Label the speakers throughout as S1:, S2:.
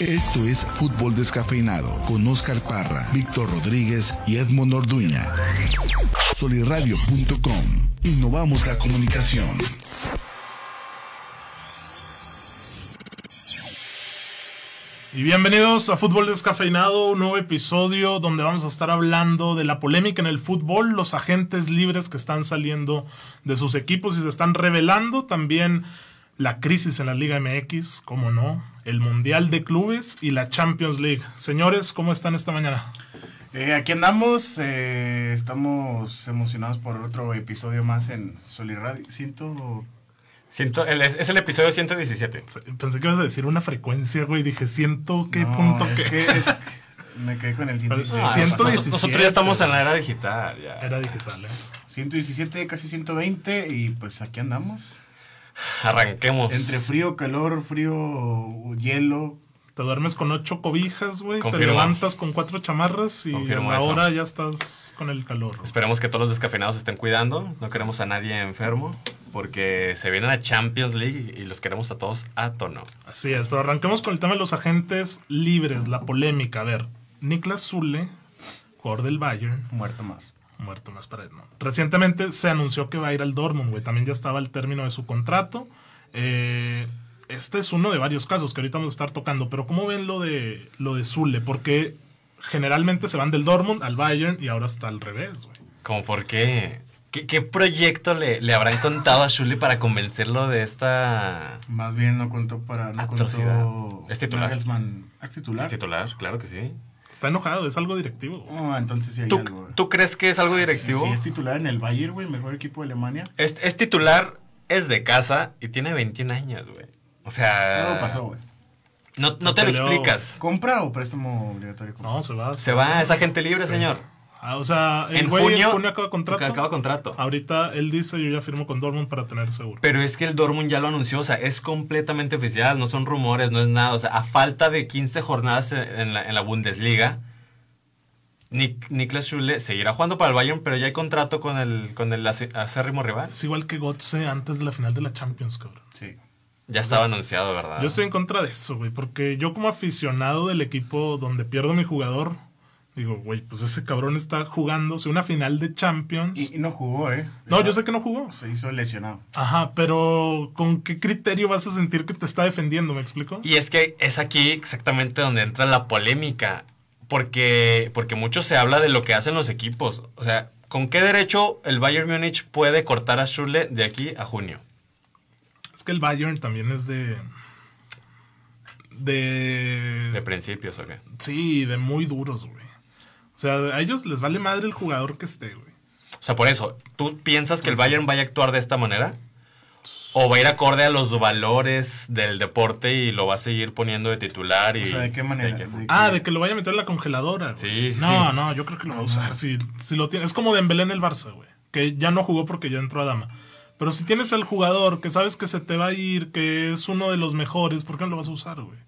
S1: Esto es Fútbol Descafeinado con Oscar Parra, Víctor Rodríguez y Edmond Orduña. Solirradio.com. Innovamos la comunicación.
S2: Y bienvenidos a Fútbol Descafeinado, un nuevo episodio donde vamos a estar hablando de la polémica en el fútbol, los agentes libres que están saliendo de sus equipos y se están revelando, también la crisis en la Liga MX, cómo no, el Mundial de Clubes y la Champions League. Señores, ¿cómo están esta mañana?
S3: Eh, aquí andamos, eh, estamos emocionados por otro episodio más en Solirradio. Siento
S4: Ciento- el- es, es el episodio 117.
S2: Pensé que ibas a decir una frecuencia, güey, dije siento qué punto
S3: es
S2: que...
S3: que es- me quedé con el
S2: Ah, siento-
S3: 117.
S2: 117.
S4: Nos- Nosotros ya estamos en la era digital. ya.
S2: Era digital, ¿eh?
S3: 117, casi 120 y pues aquí andamos.
S4: Arranquemos.
S3: Entre frío, calor, frío, hielo.
S2: Te duermes con ocho cobijas, güey, te
S4: Confirmo.
S2: levantas con cuatro chamarras y
S4: Confirmo eso.
S2: ahora ya estás con el calor. güey.
S4: Esperemos que todos los descafeinados se estén cuidando. No queremos a nadie enfermo. Porque se viene la Champions League y los queremos a todos a tono.
S2: Así es, pero arranquemos con el tema de los agentes libres, la polémica. A ver, Niklas Zule, jugador del Bayern,
S3: Muerto más.
S2: muerto más para Edmond. Recientemente se anunció que va a ir al Dortmund, güey. También ya estaba el término de su contrato. Eh, este es uno de varios casos que ahorita vamos a estar tocando, pero ¿cómo ven lo de, lo de Zule? Porque generalmente se van del Dortmund al Bayern y ahora está al revés, güey.
S4: Como por qué? ¿Qué, qué proyecto le, le habrán contado a Shuli para convencerlo de esta
S3: Más bien no contó para... No
S4: Atrocidad.
S3: contó
S4: ¿Es titular?
S3: Nagelsmann. ¿Es titular?
S4: ¿Es titular? Claro que sí.
S2: Está enojado, es algo directivo. güey.
S3: Ah, entonces sí hay
S4: ¿Tú,
S3: algo. güey.
S4: tú crees que es algo
S3: Sí,
S4: directivo?
S3: sí, es titular en el Bayern, güey, mejor equipo de Alemania.
S4: es, es titular, es de casa y tiene 21 años, güey. O sea...
S3: Algo pasó, güey.
S4: No, no
S2: Se
S4: te lo
S2: peleó.
S4: explicas.
S3: ¿Compra o préstamo obligatorio?
S2: No, se va.
S4: Se va, es agente libre, señor.
S2: Ah, o sea, el
S4: En
S2: güey
S4: junio,
S2: en junio acaba contrato. Ah.
S4: acaba contrato.
S2: Ahorita él dice, yo ya firmo con Dortmund para tener seguro.
S4: Pero es que el Dortmund ya lo anunció, o sea, es completamente oficial, no son rumores, no es nada. O sea, a falta de 15 jornadas en la, en la Bundesliga, Nik- Niklas Schule seguirá jugando para el Bayern, pero ya hay contrato con el, con el ace- acérrimo rival.
S2: Es igual que Gotze antes de la final de la Champions, cabrón.
S3: Sí.
S4: Ya estaba anunciado, ¿verdad?
S2: Yo estoy en contra de eso, güey, porque yo como aficionado del equipo donde pierdo mi jugador, digo, güey, pues ese cabrón está jugándose una final de Champions.
S3: Y, y no jugó, ¿eh?
S2: no, yo sé que no jugó.
S3: Se hizo lesionado.
S2: Ajá, pero ¿con qué criterio vas a sentir que te está defendiendo? ¿Me explico?
S4: Y es que es aquí exactamente donde entra la polémica, porque, porque mucho se habla de lo que hacen los equipos. O sea, ¿con qué derecho el Bayern Múnich puede cortar a Schule de aquí a junio?
S2: Es que el Bayern también es de... De...
S4: De principios, ¿o qué?
S2: Sí, de muy duros, güey. O sea, a ellos les vale madre el jugador que esté, güey.
S4: O sea, por eso, ¿tú piensas que el Bayern vaya a actuar de esta manera? ¿O va a ir acorde a los valores del deporte y lo va a seguir poniendo de titular? Y
S3: O sea, ¿de qué manera?
S4: de que-
S2: Ah, de que lo vaya a meter en la congeladora. güey.
S4: Sí, sí,
S2: No,
S4: sí.
S2: no, yo creo que lo va a usar. Si, si lo tiene. Es como Dembélé en el Barça, güey. Que ya no jugó porque ya entró a Dama. Pero si tienes al jugador que sabes que se te va a ir, que es uno de los mejores, ¿por qué no lo vas a usar, güey?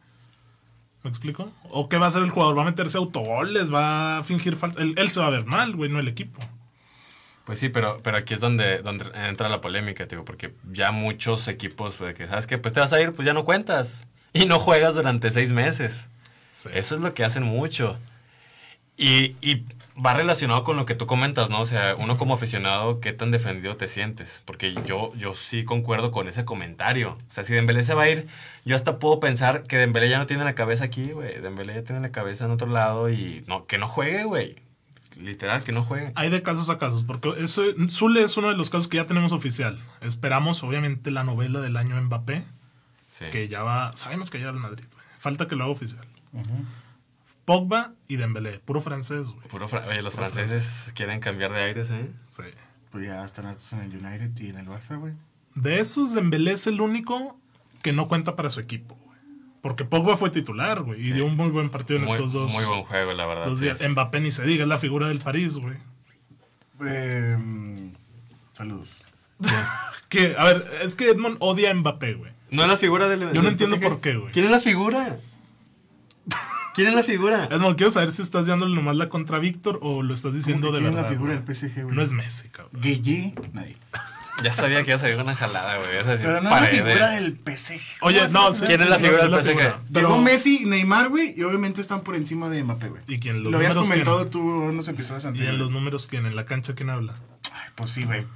S2: ¿Me explico? ¿O qué va a hacer el jugador? ¿Va a meterse autogoles? ¿Va a fingir falta? Él, él se va a ver mal, güey, no el equipo.
S4: Pues sí, pero, pero aquí es donde, donde entra la polémica, tío, porque ya muchos equipos, pues, que sabes que pues te vas a ir, pues ya no cuentas. Y no juegas durante seis meses. Eso es lo que hacen mucho. Y, y va relacionado con lo que tú comentas, ¿no? O sea, uno como aficionado, ¿qué tan defendido te sientes? Porque yo, yo sí concuerdo con ese comentario. O sea, si Dembélé se va a ir, yo hasta puedo pensar que Dembélé ya no tiene la cabeza aquí, güey. Dembélé ya tiene la cabeza en otro lado y no, que no juegue, güey. Literal, que no juegue.
S2: Hay de casos a casos, porque eso, Zule es uno de los casos que ya tenemos oficial. Esperamos, obviamente, la novela del año Mbappé,
S4: Sí.
S2: que ya va. Sabemos que ya va al Madrid, güey. Falta que lo haga oficial. Pogba y Dembélé, puro francés, güey.
S4: Puro fra- Oye, los franceses quieren cambiar de aires, ¿eh?
S2: Sí.
S3: Pues ya están hartos en el United y en el Barça, güey.
S2: De esos, Dembélé es el único que no cuenta para su equipo, güey. Porque Pogba fue titular, güey, y dio un muy buen partido en
S4: Muy,
S2: estos dos,
S4: muy buen juego, la verdad.
S2: dos
S4: sí.
S2: días. Mbappé ni se diga, es la figura del París, güey.
S3: Eh, saludos.
S2: Que, a ver, es que Edmond odia a Mbappé, güey.
S4: No es la figura del.
S2: Yo no
S4: del
S2: entiendo
S4: PSG.
S2: por qué, güey.
S4: ¿Quién es la figura? ¿Quién es la figura?
S2: Edmond, quiero saber si estás dándole nomás la contra Víctor o lo estás diciendo
S3: ¿Cómo que
S2: de
S3: quién es
S2: verdad.
S3: la figura
S2: güey?
S3: del PSG, güey?
S2: No es Messi, cabrón.
S3: Guille, nadie.
S4: Ya sabía que iba a salir una jalada, güey. Ibas a decir
S3: Pero no es la
S4: paredes.
S3: figura del PSG.
S2: Oye, no, sí,
S4: ¿Quién es la
S2: sí,
S4: figura del
S2: la
S4: PSG?
S2: figura. Pero-
S3: Llegó Messi, Neymar, güey, y obviamente están por encima de Mbappé, güey.
S2: ¿Y quién? Los
S3: Lo habías
S2: números,
S3: comentado
S2: quién?
S3: tú en unos episodios
S2: ¿Y en
S3: anteriores.
S2: los números quién? ¿En la cancha quién habla?
S3: Ay, Pues sí, güey.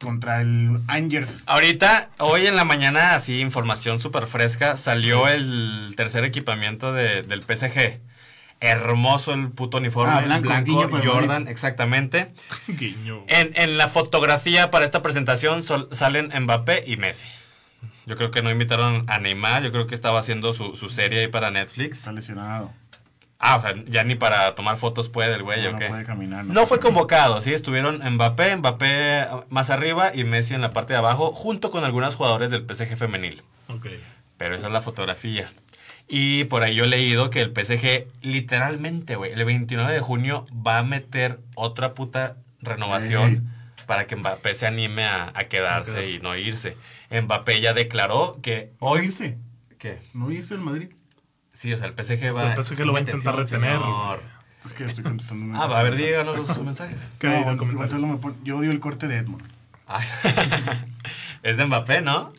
S3: Contra el Angers.
S4: Ahorita, hoy en la mañana, así, información súper fresca, salió el tercer equipamiento de- del PSG. Hermoso el puto uniforme,
S3: Ah,
S4: el
S3: blanco,
S4: blanco,
S3: guiño para el
S4: Jordan,
S3: Madrid.
S4: exactamente.
S2: Guiño.
S3: Eh.
S4: En, en la fotografía para esta presentación sol- salen Mbappé y Messi. Yo creo que no invitaron a Neymar, yo creo que estaba haciendo su, su serie ahí para Netflix.
S3: Está lesionado.
S4: Ah, o sea, ya ni para tomar fotos puede el güey,
S3: No,
S4: ¿o
S3: no
S4: qué?
S3: puede caminar.
S4: No fue convocado, sí, estuvieron Mbappé, Mbappé más arriba y Messi en la parte de abajo, junto con algunos jugadores del PSG femenil.
S2: Ok.
S4: Pero esa es la fotografía. Y por ahí yo he leído que el PSG, literalmente, güey, el 29 de junio va a meter otra puta renovación para que Mbappé se anime a, a quedarse,
S2: A quedarse.
S4: y no irse. Mbappé ya declaró que
S3: No
S4: hoy...
S3: irse.
S4: ¿Qué?
S3: No irse al Madrid.
S4: Sí, o sea, el PSG va...
S2: O sea, el PSG lo va a intentar
S4: Intención,
S2: retener,
S4: señor.
S2: güey.
S3: Es que estoy contestando un
S4: Ah,
S3: mensaje.
S4: va, a ver, díganos sus mensajes.
S2: ¿Qué
S3: No,
S2: hay de
S3: Gonz-
S2: comentarios?
S3: Gonzalo me pone- yo odio el corte de Edmond.
S4: Ay, es de Mbappé, ¿no?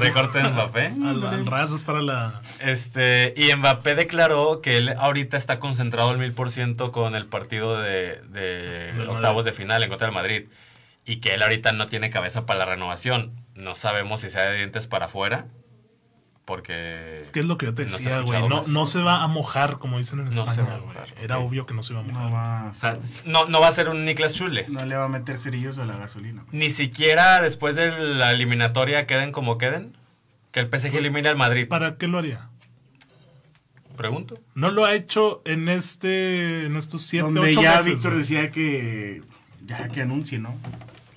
S4: Recorte de Mbappé.
S2: Al, al ras es para la.
S4: Este, y Mbappé declaró que él ahorita está concentrado al mil por ciento con el partido de, de
S2: Del
S4: octavos de final en contra del Madrid. Y que él ahorita no tiene cabeza para la renovación. No sabemos si sea de dientes para afuera. Porque.
S2: Es que es lo que yo te
S4: No se ha
S2: decía, güey.
S4: escuchado
S2: No,
S4: más.
S2: no se va a mojar, como dicen en
S4: No se va
S2: España,
S4: a
S2: güey.
S4: mojar,
S2: Era
S4: ok.
S2: obvio que no se iba a mojar.
S3: No va, a-
S4: o sea, no, no va a ser un Niklas Schule.
S3: no le va a meter cerillos a la gasolina.
S4: Ni siquiera después de la eliminatoria queden como queden. Que el PSG elimine al Madrid.
S2: Pues, ¿Para qué lo haría?
S4: Pregunto.
S2: No lo ha hecho en este. en estos siete,
S3: Donde
S2: ocho
S3: ya
S2: meses,
S3: Víctor
S2: güey.
S3: decía que ya que anuncie, ¿no?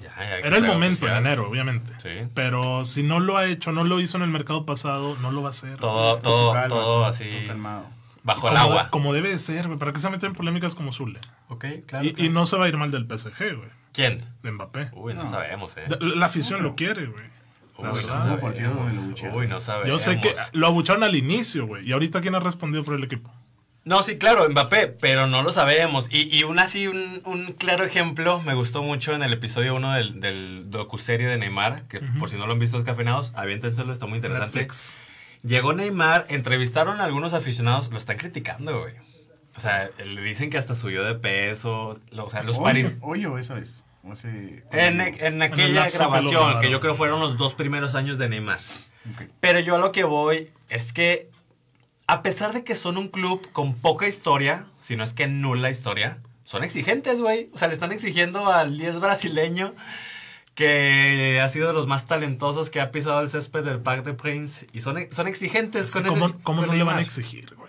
S4: Ya, ya que ¿eh?
S2: Era el
S4: sea
S2: momento, en
S4: oficial.
S2: enero, obviamente.
S4: Sí.
S2: Pero si no lo ha hecho, no lo hizo en el mercado pasado, no lo va a hacer.
S4: Todo, todo,
S3: Calma,
S4: todo
S3: todo
S4: así.
S3: calmado.
S4: Bajo
S2: como,
S4: el agua.
S2: como debe de ser, güey. ¿Para qué se meten en polémicas como Zule?
S4: Ok,
S2: y, y no se va a ir mal del PSG, güey.
S4: ¿Quién?
S2: De Mbappé.
S4: Uy, no,
S3: No.
S4: sabemos, ¿eh?
S2: La, la afición lo quiere, güey.
S4: Uy,
S2: la
S4: no
S2: verdad.
S4: sabemos.
S3: Partido de Lucha.
S4: Uy, no sabemos.
S2: Yo sé que lo abucharon al inicio, güey. Y ahorita quién ha respondido por el equipo.
S4: No, sí, claro, Mbappé, pero no lo sabemos. Y, y un así, un, un claro ejemplo, me gustó mucho en el episodio 1 del, del docuserie de Neymar, que por si no lo han visto, es cafeinados, aviéntenselo, está muy interesante.
S2: Netflix.
S4: Llegó Neymar, entrevistaron a algunos aficionados, lo están criticando, güey. O sea, le dicen que hasta subió de peso, lo- o sea, los paris...
S3: Hoyo, hoyo, esa vez. O hace-
S4: En, en aquella
S2: lapso que lo
S4: grabación, que
S2: grabaron.
S4: yo creo fueron los dos primeros años de Neymar.
S3: Ok.
S4: Pero yo a lo que voy es que, a pesar de que son un club con poca historia, si no es que nula historia, son exigentes, güey. O sea, le están exigiendo al 10 brasileño, que ha sido de los más talentosos que ha pisado el césped del Parc de Prince. Y son, son exigentes
S2: Es que
S4: con ese-
S2: ¿Cómo, cómo
S4: con
S2: no le van a
S4: Neymar.
S2: exigir, güey?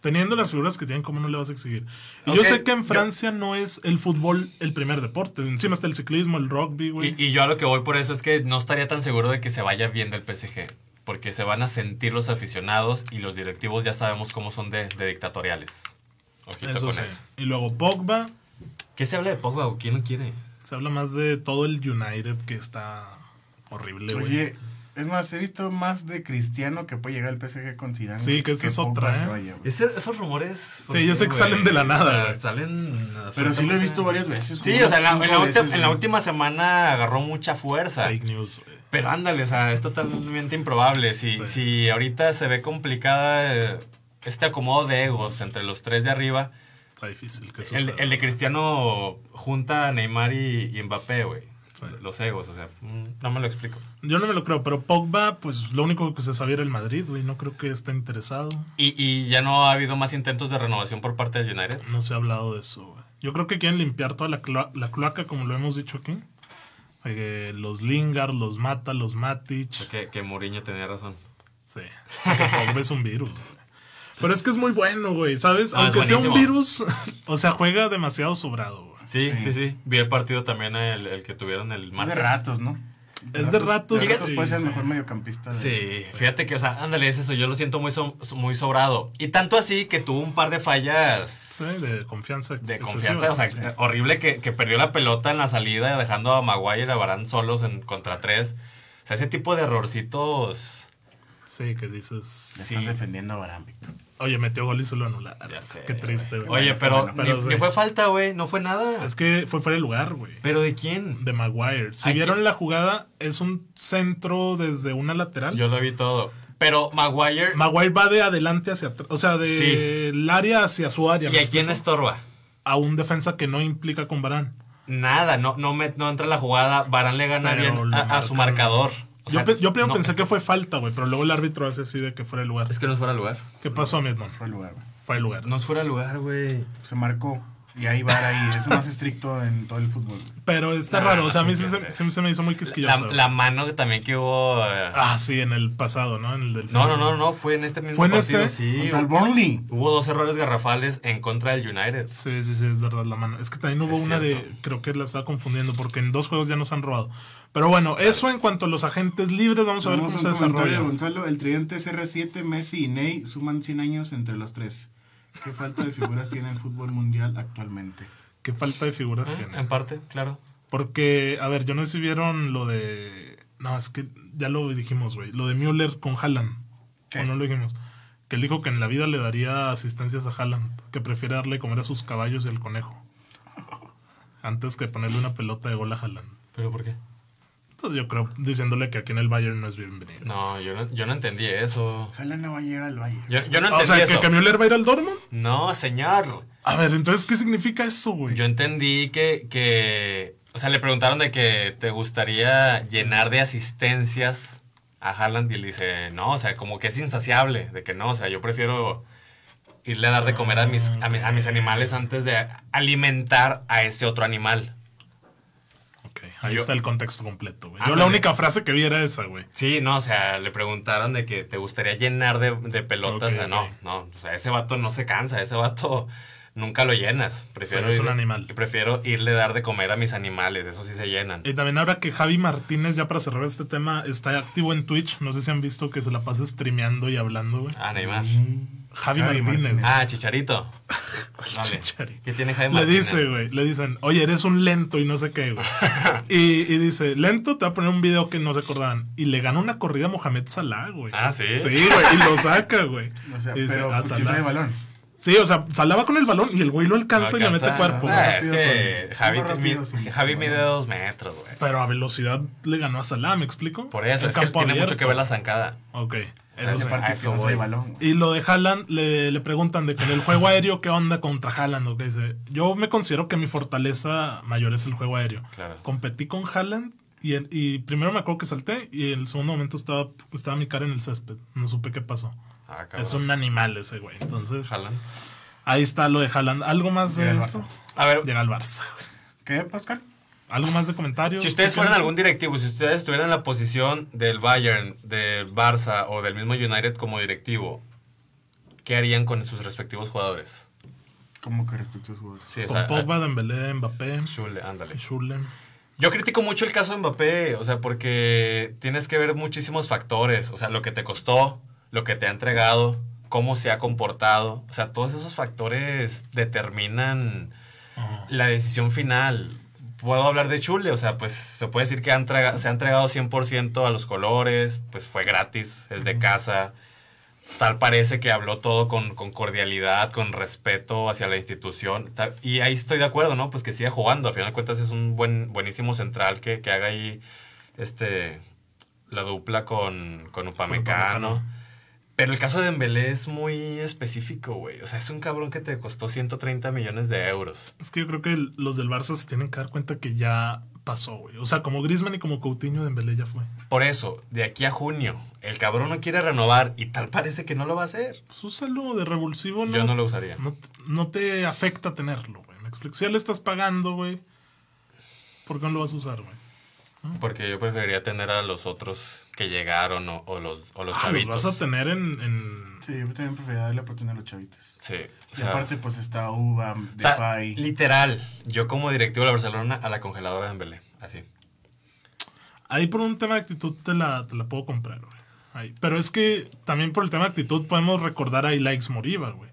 S2: Teniendo las figuras que tienen, ¿cómo no le vas a exigir? Y
S4: Ok,
S2: yo sé que en
S4: yo-
S2: Francia no es el fútbol el primer deporte. Encima está el ciclismo, el rugby, güey.
S4: Y, y yo a lo que voy por eso es que no estaría tan seguro de que se vaya bien del PSG. Porque se van a sentir los aficionados y los directivos ya sabemos cómo son de, de dictatoriales. Ojito
S2: Eso
S4: con
S2: sí.
S4: eso.
S2: Y luego Pogba.
S4: ¿Qué se habla de Pogba o quién no quiere?
S2: Se habla más de todo el United que está horrible, güey.
S3: Oye, es más, he visto más de Cristiano que puede llegar al PSG con Zidane.
S2: Sí,
S3: güey,
S2: que esa es
S3: Pogba
S2: otra,
S3: se
S2: ¿eh?
S3: vaya, güey.
S4: Ese- esos rumores.
S2: Sí, yo sé que
S4: güey,
S2: salen de la nada,
S4: o sea,
S2: güey.
S4: salen.
S3: Pero sí lo he visto varias
S4: absolutamente-
S3: veces.
S4: Sí,
S3: como
S4: o sea, en la, en la
S3: cinco
S4: ulti-
S3: veces,
S4: en la
S3: güey.
S4: última semana agarró mucha fuerza.
S2: Fake news, güey.
S4: Pero ándale, o sea, es totalmente improbable. Si,
S2: Sí.
S4: si ahorita se ve complicada eh, este acomodo de egos entre los tres de arriba,
S2: Está difícil que suceda.
S4: El, el de Cristiano junta a Neymar y, y Mbappé, güey.
S2: Sí.
S4: Los egos, o sea, mm, no me lo explico.
S2: Yo no me lo creo, pero Pogba, pues lo único que se sabía era el Madrid, güey. No creo que esté interesado.
S4: Y, y ya no ha habido más intentos de renovación por parte del United.
S2: No se ha hablado de eso, güey. Yo creo que quieren limpiar toda la, cloa- la cloaca, como lo hemos dicho aquí. Eh, los Lingard, los Mata, los Matic.
S4: Que, que Mourinho tenía razón.
S2: Sí. Porque Pogba es un virus, güey. Pero es que es muy bueno, güey, ¿sabes?
S4: No, Ah, es
S2: Aunque sea un
S4: buenísimo.
S2: virus, o sea, juega demasiado sobrado, güey.
S4: Sí, sí, sí,
S3: Sí.
S4: Vi el partido también, el, el que tuvieron el
S3: Es de
S4: martes.
S3: ratos, ¿no?
S2: Es de ratos,
S3: De ratos
S2: sí,
S3: puede ser el
S2: sí.
S3: mejor mediocampista. de-
S4: Sí, fíjate que, o sea, ándale, es eso. Yo lo siento muy, so- muy sobrado. Y tanto así que tuvo un par de fallas.
S2: Sí, de confianza.
S4: de
S2: excesiva.
S4: confianza, o sea, horrible que, que perdió la pelota en la salida, dejando a Maguire y a Barán solos en contra tres. O sea, ese tipo de errorcitos.
S2: Sí, que dices.
S3: Le
S4: Sí.
S3: estás defendiendo a Barán, Víctor.
S2: Oye, metió gol y se lo anularon.
S4: Ya sé,
S2: Qué triste, güey.
S4: Oye, pero,
S2: Bueno, pero
S4: ni,
S2: sí.
S4: ni fue falta, güey. No fue nada.
S2: Es que fue fuera de lugar, güey.
S4: ¿Pero de quién?
S2: De Maguire. Si
S4: Aquí-
S2: vieron la jugada, es un centro desde una lateral.
S4: Yo lo vi todo. Pero Maguire.
S2: Maguire va de adelante hacia atrás. O sea, del área hacia su área.
S4: ¿Y
S2: ¿me
S4: a quién
S2: explico?
S4: estorba?
S2: A un defensa que no implica con Barán.
S4: Nada, no, no, me, no entra la jugada. Barán le gana
S2: Pero
S4: bien
S2: le
S4: a, a su
S2: marcan.
S4: marcador. O sea,
S2: yo, pe- yo primero
S4: no,
S2: pensé
S4: es
S2: que fue falta, güey, pero luego el árbitro hace así de que fuera de lugar.
S4: Es que no es fuera de lugar.
S2: ¿Qué pasó, Midman?
S3: Fue el lugar, güey.
S2: Fuera de lugar.
S4: No es fuera de lugar, güey.
S3: Se marcó. Y ahí va ahí. Es más estricto en todo el fútbol. güey.
S2: Pero está
S4: Nah,
S2: raro, o sea, a
S4: no
S2: mí
S4: se
S2: sí se,
S4: Ah, entiende.
S2: sí se me hizo muy
S4: La,
S2: quisquilloso.
S4: la mano que también que hubo. eh,
S2: Ah, sí, en el pasado, ¿no? En el del
S4: no, no, no, no, fue en este mismo
S2: ¿Fue en
S4: partido,
S2: este?
S4: sí.
S3: Contra el Burnley.
S4: Hubo dos errores garrafales en contra del United.
S2: Sí, sí, sí, es verdad, la mano. Es que también hubo
S4: Es
S2: una de.
S4: cierto.
S2: Creo que la estaba confundiendo porque en dos juegos ya nos han robado. Pero bueno, eso en cuanto a los agentes libres, vamos a ver
S3: Tenemos
S2: cómo se
S3: un comentario
S2: desarrolla.
S3: de Gonzalo, el tridente CR7, Messi y Ney suman 100 años entre los tres. ¿Qué falta de figuras tiene el fútbol mundial actualmente?
S2: Qué falta de figuras
S4: Ah,
S2: tiene.
S4: En parte, claro.
S2: Porque, a ver, yo no sé si vieron lo de. No, es que ya lo dijimos, güey. Lo de Müller con Haaland.
S3: ¿Qué?
S2: O no lo dijimos. Que él dijo que en la vida le daría asistencias a Haaland. Que prefiere darle comer a sus caballos y al conejo. Antes que ponerle una pelota de gol a Haaland.
S4: ¿Pero por qué?
S2: Pues yo creo, diciéndole que aquí en el Bayern no es bienvenido.
S4: No, yo no, yo no entendí eso.
S3: Ojalá no va a llegar al Valle.
S4: Yo, yo no
S2: Ah, o
S4: entendí
S2: sea, que,
S4: eso.
S2: que Müller va a ir al Dortmund.
S4: No, señor.
S2: A ver, entonces, ¿qué significa eso, güey?
S4: Yo entendí que, que. O sea, le preguntaron de que te gustaría llenar de asistencias a Haaland y él dice, no, o sea, como que es insaciable. De que no, o sea, yo prefiero irle a dar de comer a mis, a mi- a mis animales antes de alimentar a ese otro animal.
S2: Ok, ahí
S4: Yo-
S2: está el contexto completo, güey. Yo
S4: Ándale.
S2: la única frase que vi era esa, güey.
S4: Sí, no, o sea, le preguntaron de que te gustaría llenar de, de pelotas.
S2: Ok,
S4: o sea, no,
S2: ok.
S4: no, o sea, ese vato no se cansa, ese vato nunca lo llenas. Prefiero
S2: Sí, es un
S4: ir-
S2: animal.
S4: Prefiero irle a dar de comer a mis animales, eso sí se llenan.
S2: Y también ahora que Javi Martínez, ya para cerrar este tema, está activo en Twitch. No sé si han visto que se la pasa streameando y hablando, güey.
S4: Ah, Neymar.
S2: Javi,
S3: Javi
S2: Martínez.
S3: Martínez.
S4: Ah, Chicharito. Dale.
S2: Chicharito?
S4: ¿Qué tiene Jaime
S2: Le
S4: Martínez?
S2: dice, güey, le dicen, oye, eres un lento y no sé qué, güey. y, y dice, lento, te va a poner un video que no se acordaban. Y le gana una corrida a Mohamed Salah, güey.
S4: Ah, ¿sí?
S2: Sí, güey, y lo saca, güey.
S3: O sea,
S2: Y dice,
S3: pero
S2: "Ah,
S3: ¿por qué
S2: Salah".
S3: trae balón?
S2: Sí, o sea, Salah va con el balón y el güey lo
S4: No
S2: alcanza, y le
S4: alcanza.
S2: mete cuerpo.
S4: Ah,
S2: güey.
S4: es
S3: Rápido
S4: que
S3: con-
S4: Javi,
S3: muy
S4: mi-
S3: rápido sin-
S4: Javi
S3: sin
S4: mide
S3: balón.
S4: dos metros, güey.
S2: Pero a velocidad le ganó a Salah, ¿me explico?
S4: Por eso,
S2: El
S4: es que
S2: campo
S4: tiene
S2: abierto.
S4: mucho que ver la zancada.
S2: Ok,
S3: O sea,
S2: eso sí.
S3: aparte
S4: a
S3: que
S4: eso
S3: no trae
S4: voy.
S3: balón. güey.
S2: Y lo de Haaland, le, le preguntan de que en el juego aéreo, ¿qué onda contra Haaland? O qué dice, yo me considero que mi fortaleza mayor es el juego aéreo.
S4: Claro.
S2: Competí con Haaland y, en- y primero me acuerdo que salté y en el segundo momento estaba, estaba mi cara en el césped. No supe qué pasó.
S4: Ah,
S2: Es un animal ese güey. Entonces,
S4: Haaland.
S2: ahí está lo de Haaland. ¿Algo más de
S3: Llega al
S2: esto?
S4: A ver,
S2: Llega al Barça.
S3: ¿Qué, Pascal?
S2: ¿Algo más de comentarios?
S4: Si ustedes
S2: ¿Qué
S4: fueran
S2: piensan?
S4: algún directivo, si ustedes estuvieran en la posición del Bayern, del Barça o del mismo United como directivo, ¿qué harían con sus respectivos jugadores?
S3: ¿Cómo que respecto a los jugadores?
S4: Sí, o sea, ah,
S2: Con Pogba, Dembélé, Mbappé,
S4: Schule, ándale.
S2: Schule.
S4: Yo critico mucho el caso de Mbappé, o sea, porque tienes que ver muchísimos factores, o sea, lo que te costó, lo que te ha entregado, cómo se ha comportado, o sea, todos esos factores determinan la decisión final. Puedo hablar de Chule, o sea, pues se puede decir que han traga- se ha entregado 100% a los colores, pues fue gratis, es de casa. Tal parece que habló todo con, con cordialidad, con respeto hacia la institución. Ta- Y ahí estoy de acuerdo, ¿no? Pues que siga jugando. A final de cuentas es un buen, buenísimo central que, que haga ahí este, la dupla con, con Upamecano.
S2: Upamecano.
S4: Pero el caso de Dembélé es muy específico, güey. O sea, es un cabrón que te costó 130 millones de euros.
S2: Es que yo creo que el- los del Barça se tienen que dar cuenta que ya pasó, güey. O sea, como Griezmann y como Coutinho, Dembélé ya fue.
S4: Por eso, de aquí a junio, el cabrón no quiere renovar y tal parece que no lo va a hacer.
S2: Pues úsalo de revulsivo, ¿no?
S4: Yo no lo usaría.
S2: No, t- no te afecta tenerlo, güey. Me explico. Si ya le estás pagando, güey, ¿por qué no lo vas a usar, güey?
S4: Porque yo preferiría tener a los otros que llegaron o, o los, o los
S2: Ah, los
S4: chavitos.
S2: vas a tener en... en-
S3: Sí, yo también preferiría darle oportunidad a los chavitos.
S4: Sí. O
S3: Y
S4: sea,
S3: aparte, pues está Uva,
S4: o sea,
S3: Depay.
S4: literal, yo como directivo de la Barcelona a la congeladora de Dembélé, así.
S2: Ahí por un tema de actitud te la, te la puedo comprar, güey. Ahí. Pero es que también por el tema de actitud podemos recordar a Ilaix Moriba, güey.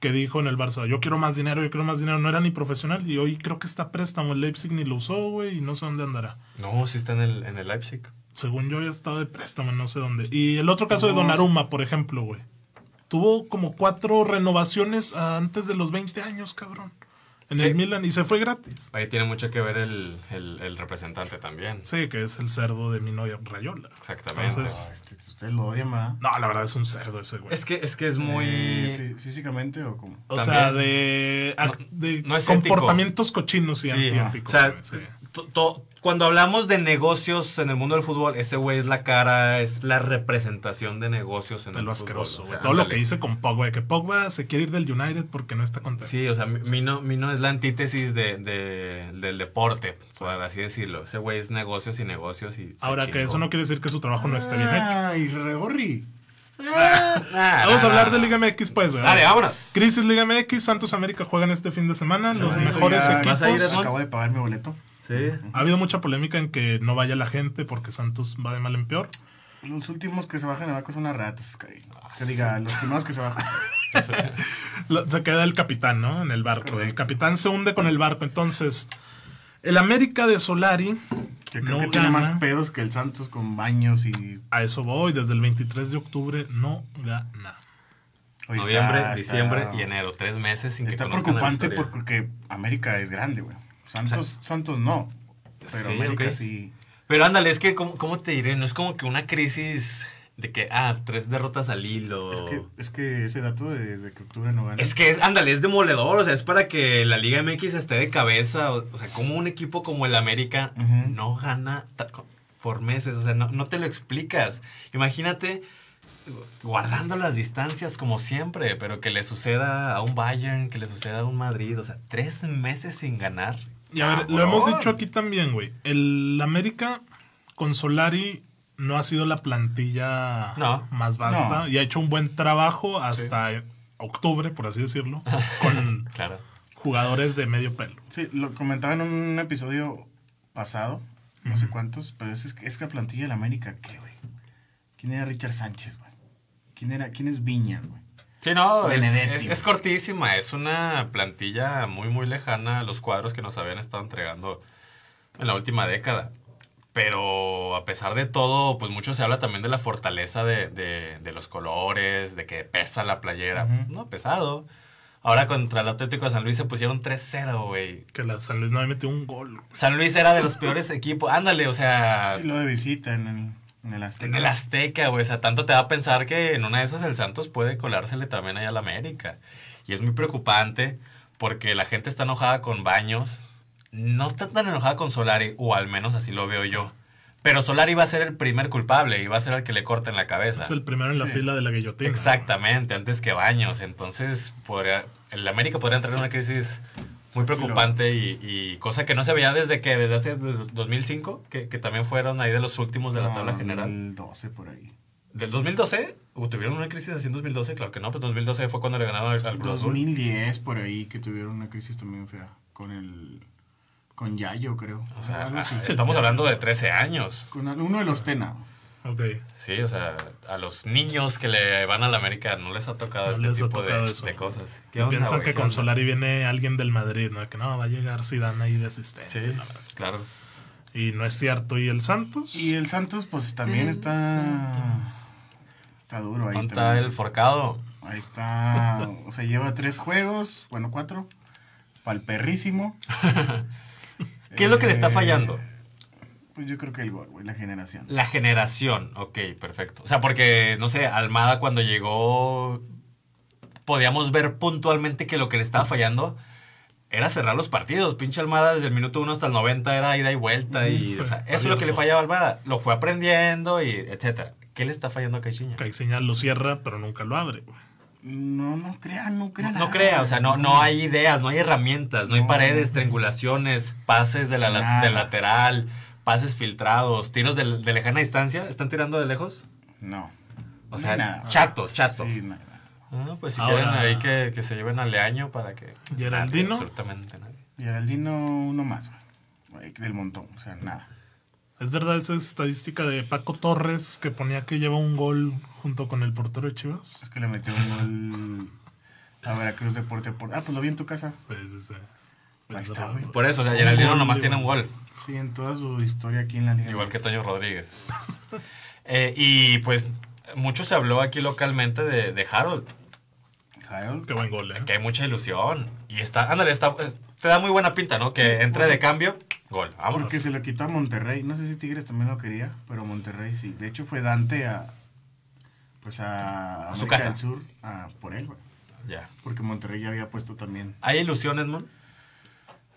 S2: Que dijo en el Barça, yo quiero más dinero, yo quiero más dinero. No era ni profesional y hoy creo que está a préstamo. El Leipzig ni lo usó, güey, y no sé dónde andará.
S4: No, sí está en el, en el Leipzig.
S2: Según yo había estado de préstamo, no sé dónde. Y el otro caso de
S3: No,
S2: Donnarumma, por ejemplo, güey. tuvo como cuatro renovaciones antes de los 20 años, cabrón. En
S4: Sí.
S2: el Milan y se fue gratis.
S4: Ahí tiene mucho que ver el, el- el representante también.
S2: Sí, que es el cerdo de Mino Rayola.
S4: Exactamente.
S2: Entonces-
S3: Este, usted lo odia más.
S2: No, la verdad es un cerdo ese güey.
S4: es que es que es muy
S3: Eh, fí- ¿Físicamente o cómo?
S2: o
S4: también-
S2: sea, de, ac-
S4: No-
S2: de
S4: no es
S2: comportamientos cochinos y
S4: Sí,
S2: antiéticos.
S4: o sea,
S2: güey, sí.
S4: to- to- cuando hablamos de negocios en el mundo del fútbol, ese güey es la cara, es la representación de negocios en
S2: de
S4: el
S2: lo
S4: fútbol.
S2: asqueroso,
S4: o
S2: güey.
S4: sea,
S2: Todo lo
S4: ándale.
S2: que hice con Pogba, de que Pogba se quiere ir del United porque no está contento.
S4: Sí, o sea, mi- Mino, Mino es la antítesis de, de- del deporte, por así decirlo. Ese güey es negocios y negocios y... se
S2: Ahora que
S4: chingó.
S2: eso no quiere decir que su trabajo no esté bien hecho.
S3: Ay, regorri.
S4: Ah,
S2: Vamos a
S4: no,
S2: hablar
S4: no,
S2: de
S4: no.
S2: Liga MX, pues, güey.
S4: Dale, vámonos.
S2: Crisis Liga MX, Santos América juegan este fin de semana, los
S4: ahorita
S2: mejores
S4: ya-
S2: equipos.
S4: ¿Vas a ir, Edmond?
S3: Acabo de pagar mi boleto.
S4: Sí.
S2: Ha habido mucha polémica en que no vaya la gente porque Santos va de mal en peor.
S3: Los últimos que se bajan a Baco son las ratas, cariño.
S4: Ah,
S3: Se diga, los primeros que se bajan.
S2: Lo- Se queda el capitán, ¿no? En el barco.
S3: correcto.
S2: El capitán se hunde con el barco. Entonces, el América de Solari,
S3: Que creo
S2: No
S3: que tiene
S2: gana.
S3: más pedos que el Santos con baños y.
S2: a eso voy, desde el 23 de octubre no gana.
S3: Oye, está-
S4: Noviembre,
S3: está-
S4: diciembre y enero. Tres meses sin
S3: Está
S4: que conozcan la
S3: preocupante
S4: victoria.
S3: porque América es grande, güey. Santos, Santos no. Pero
S4: Sí,
S3: América
S4: ok.
S3: sí.
S4: Pero ándale, es que, ¿cómo, cómo te diré? No es como que una crisis de que, ah, tres derrotas al hilo.
S3: Es que, es que ese dato de- desde que octubre no gana.
S4: Es que es, ándale, es demoledor, o sea, es para que la Liga MX esté de cabeza, o, o sea, como un equipo como el América
S3: Ujú.
S4: no gana ta- co- por meses, o sea, no, no te lo explicas. Imagínate guardando las distancias como siempre, pero que le suceda a un Bayern, que le suceda a un Madrid, o sea, tres meses sin ganar.
S2: Y a ver, lo
S4: Cabrón.
S2: hemos dicho aquí también, güey. El América con Solari no ha sido la plantilla
S4: No.
S2: más vasta
S3: No.
S2: y ha hecho un buen trabajo hasta octubre, por así decirlo, con
S4: Claro.
S2: jugadores de medio pelo.
S3: Sí, lo comentaba en un episodio pasado, no sé cuántos, pero es, es que- es que la plantilla de la América, ¿qué, güey? ¿Quién era Richard Sánchez, güey? ¿Quién, era, ¿Quién es Viñas, güey?
S4: Sí, no, es,
S3: Benedetti.
S4: es- es cortísima, es una plantilla muy, muy lejana a los cuadros que nos habían estado entregando en la última década. Pero a pesar de todo, pues mucho se habla también de la fortaleza de, de- de los colores, de que pesa la playera.
S3: Ujú.
S4: No, pesado. Ahora contra el Atlético de San Luis se pusieron 3-0, güey.
S2: Que la San Luis no metió un gol.
S4: San Luis era de los peores equipos. Ándale, o sea,
S3: Sí, lo de visita en el, en el Azteca.
S4: Ah. en el Azteca, güey. O sea, tanto te va a pensar que en una de esas el Santos puede colársele también allá al América. Y es muy preocupante porque la gente está enojada con Baños. No está tan enojada con Solari, o al menos así lo veo yo. Pero Solari va a ser el primer culpable y va a ser el que le corten la cabeza.
S2: Es el primero en la
S3: Sí.
S2: fila de la guillotina.
S4: Exactamente, antes que Baños. Entonces, podría- el América podría entrar en una crisis muy preocupante y, y cosa que no se veía desde que, desde hace 2005, que, que también fueron ahí de los últimos de la
S3: No,
S4: tabla general.
S3: El 12 por ahí.
S4: ¿Del 2012? ¿O uh, ¿Tuvieron una crisis así en 2012? Claro que no, pues 2012 fue cuando le ganaron al, al Cruz Azul.
S3: 2010 por ahí que tuvieron una crisis también fea con el con Yayo, creo.
S4: O sea,
S3: algo así.
S4: estamos hablando de 13 años.
S3: Con al- uno de los Tena.
S2: Ok.
S4: Sí, o sea, a los niños que le van a la América no les ha tocado
S2: No
S4: este
S2: les ha
S4: tipo de-
S2: tocado
S4: de,
S2: eso.
S4: cosas.
S2: Y piensan
S4: güey?
S2: que
S4: ¿Qué
S2: con
S4: onda?
S2: Solari viene alguien del Madrid, ¿no? Que no, va a llegar Zidane ahí de asistente.
S4: Sí,
S2: la verdad.
S4: claro.
S2: Y no es cierto. ¿Y el Santos?
S3: Y el Santos, pues también está. Está duro ahí.
S4: ¿Dónde está
S3: también.
S4: el forcado?
S3: Ahí está. O sea, lleva tres juegos, bueno, cuatro. Pal perrísimo.
S4: ¿Qué es lo que le está
S3: Eh,
S4: fallando?
S3: Pues yo creo que el gol, güey, la generación.
S4: La generación, ok, perfecto. O sea, porque, no sé, Almada cuando llegó, podíamos ver puntualmente que lo que le estaba fallando era cerrar los partidos. Pinche Almada desde el minuto 1 hasta el 90 era ida y vuelta. Y,
S2: Sí,
S4: o sea, eso es lo que le
S2: abierto.
S4: fallaba a Almada. Lo fue aprendiendo y etcétera. ¿Qué le está fallando a Caixinha?
S2: Caixinha lo cierra, pero nunca lo abre. güey.
S3: No, no crea, no crea.
S4: No,
S3: nada,
S4: crea, o sea, no,
S3: güey.
S4: no hay ideas, no hay herramientas, no hay
S3: No.
S4: paredes, triangulaciones, pases de la, la- de
S3: Nada.
S4: lateral, pases filtrados, tiros de, de lejana distancia. ¿Están tirando de lejos?
S3: No.
S4: O sea,
S3: Nada.
S4: chato, chato.
S3: Sí, nada.
S4: Ah, pues si
S2: Ahora-
S4: quieren ahí que, que se lleven a Leaño para que...
S2: Geraldino.
S4: Nadie, absolutamente nadie.
S3: Geraldino, uno más, güey. Güey, Del montón, o sea, nada.
S2: Es verdad esa estadística de Paco Torres que ponía que lleva un gol junto con el portero de Chivas.
S3: Es que le metió un gol a Veracruz Deporte. Por... Ah, pues lo vi en tu casa.
S2: Sí, sí, sí.
S3: Ahí
S2: Es
S3: está,
S2: verdad.
S3: güey.
S4: Por eso, o sea, Geraldino
S2: gol,
S4: nomás
S2: digo.
S4: tiene un gol.
S3: Sí, en toda su historia aquí en la Liga.
S4: Igual que Toño Rodríguez. Eh, y pues mucho se habló aquí localmente de, de Harold.
S3: Harold.
S2: Qué buen gol, ¿eh?
S4: Que hay mucha ilusión. Y está, ándale, está, eh, te da muy buena pinta, ¿no? Que entre de cambio, gol. Vámonos.
S3: Porque se lo quitó a Monterrey. No sé si Tigres también lo quería, pero Monterrey sí. De hecho, fue Dante a. Pues a.
S4: A su
S3: América
S4: casa.
S3: del Sur a, por él, güey.
S4: Ya.
S3: Porque Monterrey ya había puesto también.
S4: ¿Hay ilusión, Edmond?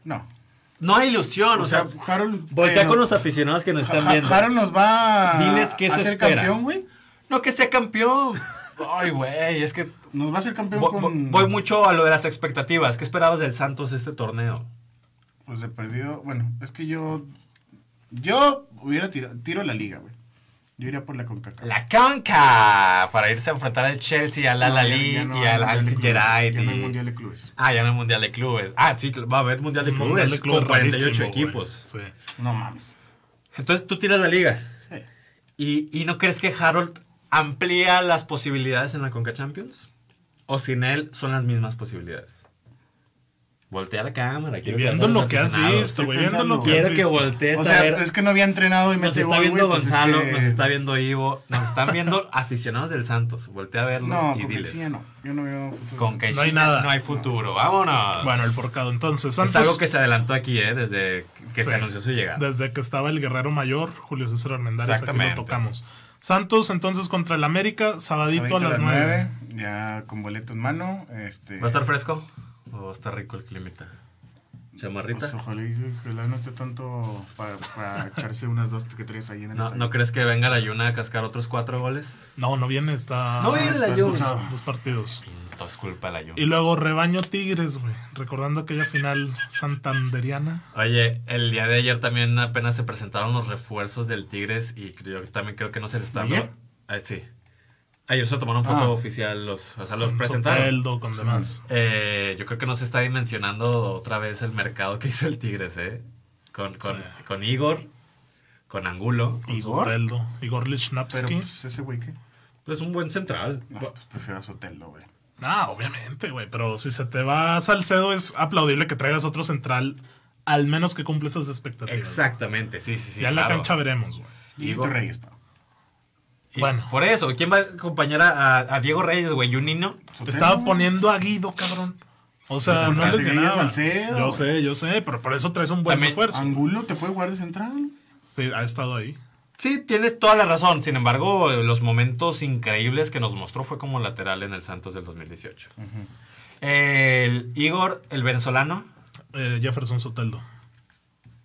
S3: No.
S4: No hay ilusión,
S3: O sea, Harold.
S4: voltea
S3: bueno,
S4: con los aficionados que nos
S3: Ja-
S4: están
S3: Ja-
S4: viendo.
S3: Harold nos va a,
S4: Diles qué
S3: a
S4: se
S3: ser
S4: espera.
S3: campeón, güey.
S4: No que sea campeón. Ay, güey, es que
S3: Nos va a ser campeón
S4: voy,
S3: con.
S4: voy- voy mucho a lo de las expectativas. ¿Qué esperabas del Santos este torneo?
S3: Pues se perdió. Bueno, es que yo. Yo hubiera tirado. Tiro la liga, güey. Yo iría por la CONCACAF.
S4: La Conca para irse a enfrentar al Chelsea, al Al
S3: No, ya- ya
S4: Ali
S3: no
S4: y
S3: hay
S4: al Al
S3: Mundial de Clubes,
S4: United.
S3: Ya no hay mundial de clubes.
S4: Ah, ya no hay Mundial de Clubes. Ah, sí, va a haber Mundial de Clubes.
S2: Mundial de clubes
S4: con 48
S2: rarísimo, güey.
S4: equipos.
S2: Sí.
S3: No mames.
S4: Entonces tú tiras la liga.
S3: Sí.
S4: ¿Y, y no crees que Harold amplía las posibilidades en la Conca Champions? ¿O sin él son las mismas posibilidades? Voltea la cámara.
S2: Y
S4: quiero que
S2: viendo
S4: los
S2: lo que has
S4: aficionados-
S2: visto, güey.
S3: Estoy
S2: Viendo lo
S3: pensando.
S2: que has
S4: Quiero que
S2: visto.
S4: voltees
S3: O
S4: a
S3: sea,
S4: ver.
S3: es que no había entrenado y
S4: Nos
S3: metió
S4: está
S3: gol,
S4: viendo
S3: güey, pues es
S4: Gonzalo,
S3: que-
S4: nos está viendo Ivo, nos están viendo aficionados del Santos. Voltea a verlos
S3: No,
S4: y
S3: con
S4: diles.
S3: Caixinha no. Yo no veo futuro.
S4: Con
S2: hay
S4: que
S2: nada.
S4: No hay futuro. Vámonos.
S2: Bueno, el porcado. Entonces,
S4: Es
S2: Santos.
S4: algo que se adelantó aquí, ¿eh? Desde que
S2: Sí.
S4: se anunció su llegada.
S2: Desde que estaba el guerrero mayor, Julio César Armendáriz, aquí lo
S4: Exactamente.
S2: tocamos. Santos entonces contra el América, sabadito,
S3: Sabadito
S2: a las 9.
S3: Ya con boleto en mano. Este,
S4: ¿Va a estar fresco? ¿O está rico el climita? ¿Chamarrita?
S3: Pues, ojalá, y- ojalá no esté tanto para, para echarse unas dos que tres ahí en el
S4: ¿No,
S3: estadio.
S4: ¿No crees que venga la Yuna a cascar otros cuatro goles?
S2: No, no viene, está
S4: No viene la
S2: está
S4: Yun.
S2: expulsado, dos partidos.
S4: Todo es culpa de la Yuna.
S2: Y luego rebaño Tigres, güey, recordando aquella final santanderiana.
S4: Oye, el día de ayer también apenas se presentaron los refuerzos del Tigres y yo también creo que no se les está dando.
S3: ¿Ayer?
S4: Ah, sí. Ayer se tomaron foto
S3: Ah.
S4: oficial, los, o sea, los
S2: con
S4: presentaron.
S2: Soteldo, con demás.
S4: Eh, yo creo que no se está dimensionando otra vez el mercado que hizo el Tigres, ¿eh? Con, con,
S2: Sí.
S4: con Igor, con Angulo.
S2: Con
S3: ¿Igor?
S2: Soteldo, Igor Lichnapsky.
S3: Pero pues, ese güey que.
S4: Es un buen central.
S3: No,
S4: Bu-
S3: pues prefiero a Sotelo, güey.
S2: Ah, obviamente, güey. Pero si se te va Salcedo, es aplaudible que traigas otro central, al menos que cumpla esas expectativas.
S4: Exactamente, sí, sí, sí.
S2: ya en la
S4: claro.
S2: cancha veremos, güey.
S3: Y
S4: Igor.
S3: Reyes, pa.
S4: Y
S2: Bueno.
S4: Por eso, ¿quién va a acompañar a, a- a Diego Reyes, güey? ¿Y un niño?
S3: Sotelo,
S2: Estaba
S3: güey.
S2: poniendo a Guido, cabrón. O sea,
S3: Pues,
S2: no les
S3: porque Sevilla
S2: ganaba.
S3: es Salcedo,
S2: Yo
S3: güey.
S2: sé, yo sé, pero por eso traes un buen
S4: También-
S2: refuerzo.
S3: Angulo te puede jugar de central.
S2: Sí, ha estado ahí.
S4: Sí, tienes toda la razón. Sin embargo, los momentos increíbles que nos mostró fue como lateral en el Santos del 2018. El Igor, el venezolano,
S2: Eh, Jefferson Soteldo.